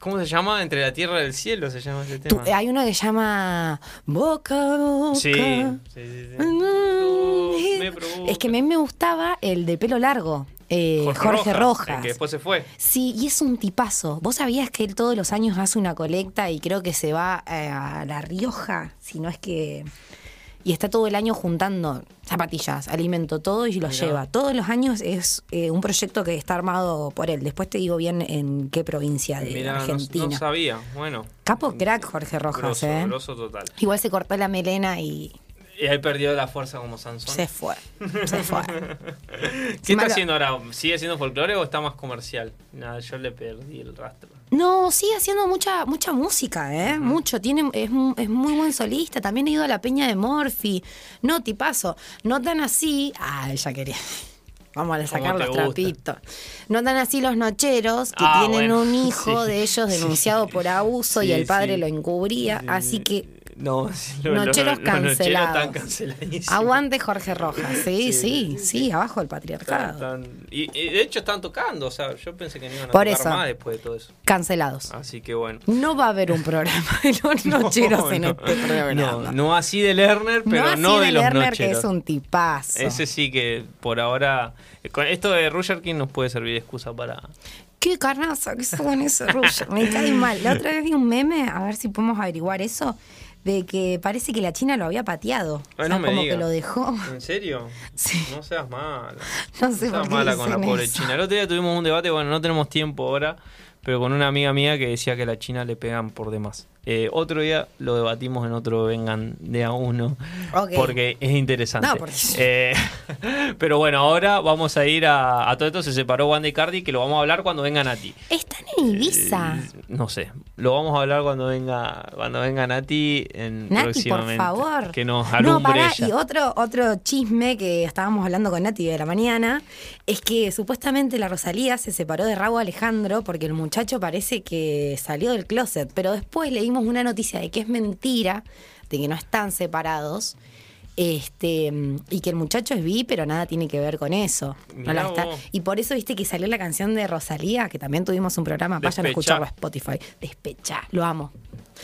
C: ¿Cómo se llama? Entre la tierra y el cielo se llama ese
B: tú-
C: tema.
B: hay uno que llama Boca a Boca.
C: sí, sí, sí, sí. Me provoca.
B: Es que a mí me gustaba el de pelo largo, eh, Jorge,
C: Rojas,
B: Rojas.
C: el que después se fue.
B: Sí, y es un tipazo. ¿Vos sabías que él todos los años hace una colecta y creo que se va eh, a La Rioja, si no es que... Y está todo el año juntando zapatillas, alimento, todo y los lleva. Todos los años es eh, un proyecto que está armado por él. Después te digo bien en qué provincia de
C: Mira, no,
B: Argentina.
C: no sabía. Bueno.
B: Capo crack Jorge Rojas,
C: Grosso,
B: ¿eh?
C: grosso total.
B: Igual se cortó la melena y
C: Y ahí perdió la fuerza como Sansón.
B: se fue. Se fue.
C: ¿Qué
B: Malo-
C: está haciendo ahora? ¿Sigue haciendo folclore o está más comercial? Nada, yo le perdí el rastro.
B: No, sigue haciendo mucha mucha música, ¿eh? Mucho. Tiene, es, mu- es muy buen solista. También ha ido a la peña de Morphy. No, tipazo. No tan así. Ah, ella quería. *laughs* Vamos a sacar
C: te
B: los
C: gusta.
B: trapitos. No tan así los nocheros que
C: Ah,
B: tienen
C: bueno,
B: un hijo
C: *laughs* sí,
B: de ellos
C: sí,
B: denunciado por abuso y
C: sí,
B: el padre
C: sí.
B: lo encubría. Así que
C: Eh, No, *laughs*
B: Nocheros cancelados.
C: están canceladísimos.
B: aguante Jorge Rojas. Sí, sí,
C: Sí,
B: sí, abajo el patriarcado.
C: Están- están- y, y de hecho están tocando, o sea, yo pensé que no iban a
B: Por
C: tocar
B: eso.
C: más después de todo eso.
B: Cancelados.
C: Así que bueno.
B: No va a haber un programa de los nocheros en
C: *laughs* no,
B: este programa.
C: No, no así de Lerner, pero no,
B: así
C: de, los
B: Lerner, que
C: nocheros.
B: es un tipazo.
C: Ese sí que por ahora. eh, Con esto de Roger King nos puede servir de excusa para.
B: Qué carnaza que suben ese rollo. Me
C: *laughs*
B: cae mal. La otra vez vi un meme, a ver si podemos averiguar eso, de que parece que la China lo había pateado.
C: Ay,
B: O sea,
C: no me
B: como
C: diga.
B: que lo dejó. *laughs*
C: ¿En serio?
B: Sí.
C: No seas mala.
B: No sé por
C: seas
B: qué
C: mala con la
B: dicen
C: pobre
B: eso.
C: China. El otro día tuvimos un debate, bueno, no tenemos tiempo ahora, pero con una amiga mía que decía que a la China le pegan por demás. Eh, otro día lo debatimos en otro Vengan de a uno,
B: Ok.
C: porque es interesante.
B: No, porque-
C: Eh, *laughs* pero bueno, ahora vamos a ir a, a todo esto. Se separó Wanda y Cardi, que lo vamos a hablar cuando vengan a ti.
B: Están en Ibiza.
C: Eh, no sé. Lo vamos a hablar cuando venga, cuando venga Nati en
B: Nati, por
C: próximamente.
B: favor.
C: Que nos
B: no,
C: alumbre
B: pará,
C: ella.
B: y otro, otro chisme que estábamos hablando con Nati de la mañana es que supuestamente la Rosalía se separó de Raúl Alejandro porque el muchacho parece que salió del closet, pero después leímos una noticia de que es mentira, de que no están separados. Este, y que el muchacho es bi, pero nada tiene que ver con eso. No la
C: Mirá
B: está-
C: vos.
B: Y por eso viste que salió la canción de Rosalía, que también tuvimos un programa. Vayan a
C: Despechá.
B: escucharlo a Spotify. Despecha, lo amo.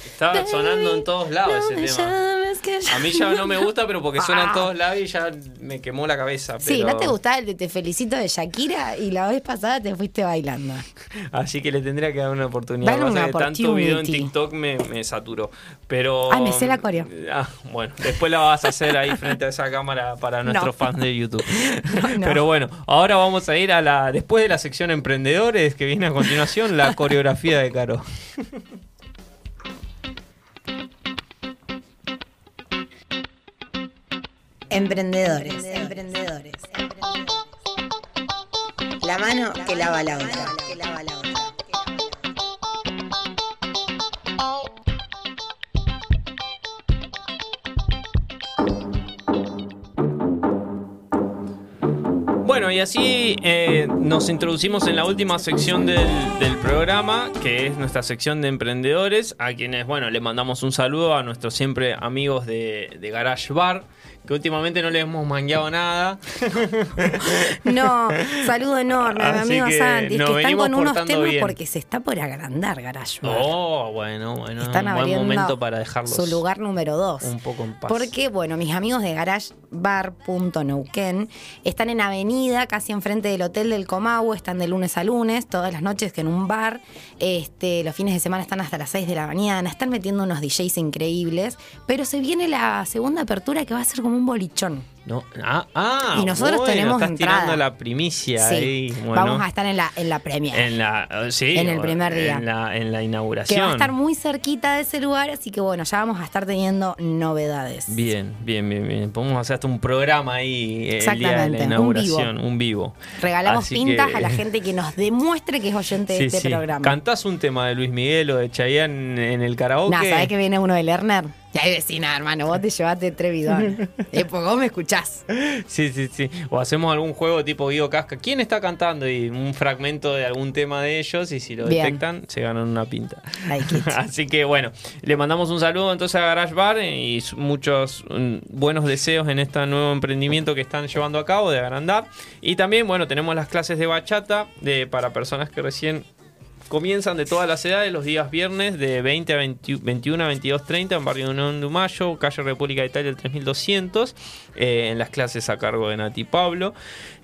C: Está sonando en todos lados
B: No me
C: ese tema.
B: llames que yo-
C: A mí ya no me gusta, pero porque suena en
B: Ah.
C: todos lados y ya me quemó la cabeza.
B: Sí,
C: pero-
B: ¿no te gustaba el de Te Felicito de Shakira? Y la vez pasada te fuiste
C: *laughs*
B: bailando.
C: Así que le tendría que dar una oportunidad.
B: Dale
C: Lo que
B: una
C: pasa es que tanto video en
B: opportunity.
C: TikTok me, me saturó. Pero.
B: Ay, me sé la coreo.
C: Ah, bueno, después la vas a hacer ahí frente a esa cámara para nuestros fans de YouTube.
B: *laughs* No, no.
C: Pero bueno, ahora vamos a ir a la. Después de la sección emprendedores que viene a continuación, la coreografía de Caro.
B: Emprendedores, emprendedores. La mano que lava la otra.
C: Bueno, y así eh, nos introducimos en la última sección del, del programa, que es nuestra sección de emprendedores, a quienes, bueno, le mandamos un saludo a nuestros siempre amigos de, de Garage Bar, que últimamente no les hemos mangueado nada.
B: No, saludo enorme a mi
C: Así
B: amigo
C: que
B: Santi. Es que
C: nos
B: están
C: venimos
B: con unos
C: portando
B: temas
C: bien.
B: porque se está por agrandar Garayo.
C: Oh, bueno, bueno,
B: Están
C: un buen
B: abriendo
C: momento para dejarlos
B: su lugar número dos.
C: un poco en paz.
B: Porque, bueno, mis amigos de garagebar.neuquén están en Avenida, casi enfrente del Hotel del Comahue, están de lunes a lunes, todas las noches que en un bar. Este, los fines de semana están hasta las 6 de la mañana, están metiendo unos DJs increíbles. Pero se viene la segunda apertura que va a ser como un bolichón.
C: No, ah, ah,
B: Y nosotros
C: bueno,
B: tenemos
C: estás
B: entrada.
C: tirando la primicia
B: Sí.
C: ahí. Bueno,
B: Vamos a estar en la, en la premia.
C: en la sí,
B: en el primer día.
C: En la, en la
B: que
C: inauguración.
B: va a estar muy cerquita de ese lugar, así que bueno, ya vamos a estar teniendo novedades.
C: Bien, bien, bien, bien. Podemos hacer hasta un programa ahí eh, el día de la
B: Exactamente, un
C: inauguración, un vivo.
B: Regalamos
C: Así
B: pintas
C: que-
B: a la gente que nos demuestre que es oyente de
C: *laughs* Sí,
B: este
C: sí.
B: programa.
C: ¿Cantás un tema de Luis Miguel o de Chayanne en el karaoke?
B: Nah, ¿sabés que viene uno de Lerner? Ya hay vecina, hermano, vos te llevaste
C: *laughs*
B: Trevidón. eh, porque vos me escuchás.
C: *laughs* Sí, sí, sí. O hacemos algún juego tipo Guido Casca. ¿Quién está cantando? Y un fragmento de algún tema de ellos y si lo
B: Bien.
C: detectan, se ganan una pinta.
B: Like
C: *laughs*
B: it.
C: Así que bueno, le mandamos un saludo entonces a Garage Bar y s- muchos mm, buenos deseos en este nuevo emprendimiento que están llevando a cabo de agrandar. Y también, bueno, tenemos las clases de bachata de, para personas que recién comienzan de todas las edades los días viernes de 20 a 20 21 a 22, 30 en Barrio Unión de Mayo, calle República de Italia el 3200, eh, en las clases a cargo de Nati Pablo.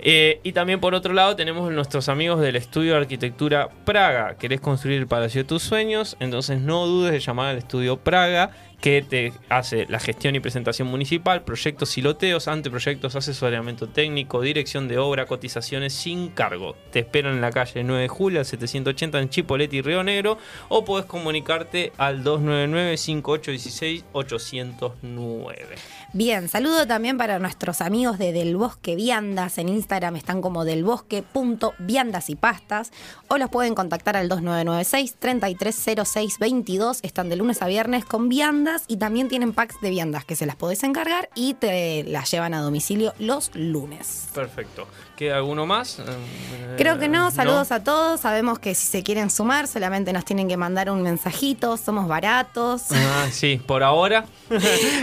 C: Eh, y también por otro lado tenemos nuestros amigos del estudio de arquitectura Praga. ¿Querés construir el palacio de tus sueños? Entonces no dudes de llamar al estudio Praga que te hace la gestión y presentación municipal, proyectos siloteos, anteproyectos, asesoramiento técnico, dirección de obra, cotizaciones sin cargo. Te esperan en la calle 9 de julio al 780 en Chipolete y Río Negro o podés comunicarte al 299-5816-809.
B: Bien, saludo también para nuestros amigos de Del Bosque Viandas. En Instagram están como delbosque.viandas y pastas. O los pueden contactar al 2996-330622. Están de lunes a viernes con viandas y también tienen packs de viandas que se las podés encargar y te las llevan a domicilio los lunes.
C: Perfecto. ¿Queda alguno más? Eh,
B: Creo que no, saludos
C: ¿no?
B: a todos. Sabemos que si se quieren sumar, solamente nos tienen que mandar un mensajito. Somos baratos.
C: Ah, sí, por ahora.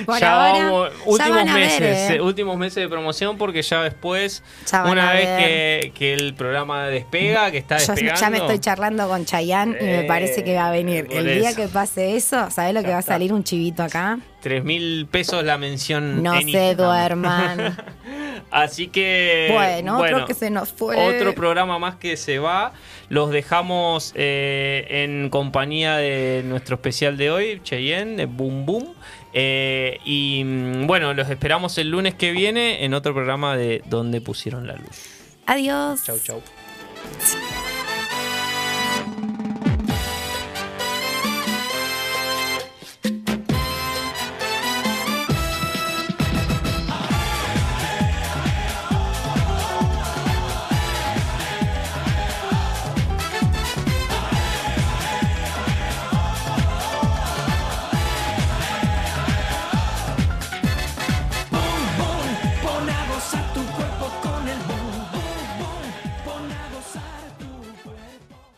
B: Por ahora, ya
C: últimos
B: van a ver,
C: meses,
B: eh.
C: eh, últimos meses de promoción porque ya después,
B: Ya van
C: una
B: a
C: vez
B: ver.
C: que, que el programa despega, que está
B: *laughs* Yo
C: despegando.
B: ya me estoy charlando con Chayanne y me
C: Eh,
B: parece que va a venir.
C: por
B: El día
C: eso.
B: que pase eso, ¿sabes lo que
C: Ya
B: va a
C: está.
B: salir un chivito acá?
C: 3 mil pesos la mención.
B: No
C: en
B: se
C: Instagram. *laughs*
B: duerman.
C: Así que.
B: Bueno, otro que se nos fue.
C: Eh, Otro programa más que se va. Los dejamos eh, en compañía de nuestro especial de hoy, Cheyenne, de Boom Boom. Eh, y mm, bueno, los esperamos el lunes que viene en otro programa de Donde Pusieron la Luz.
B: Adiós.
C: Chau, chau.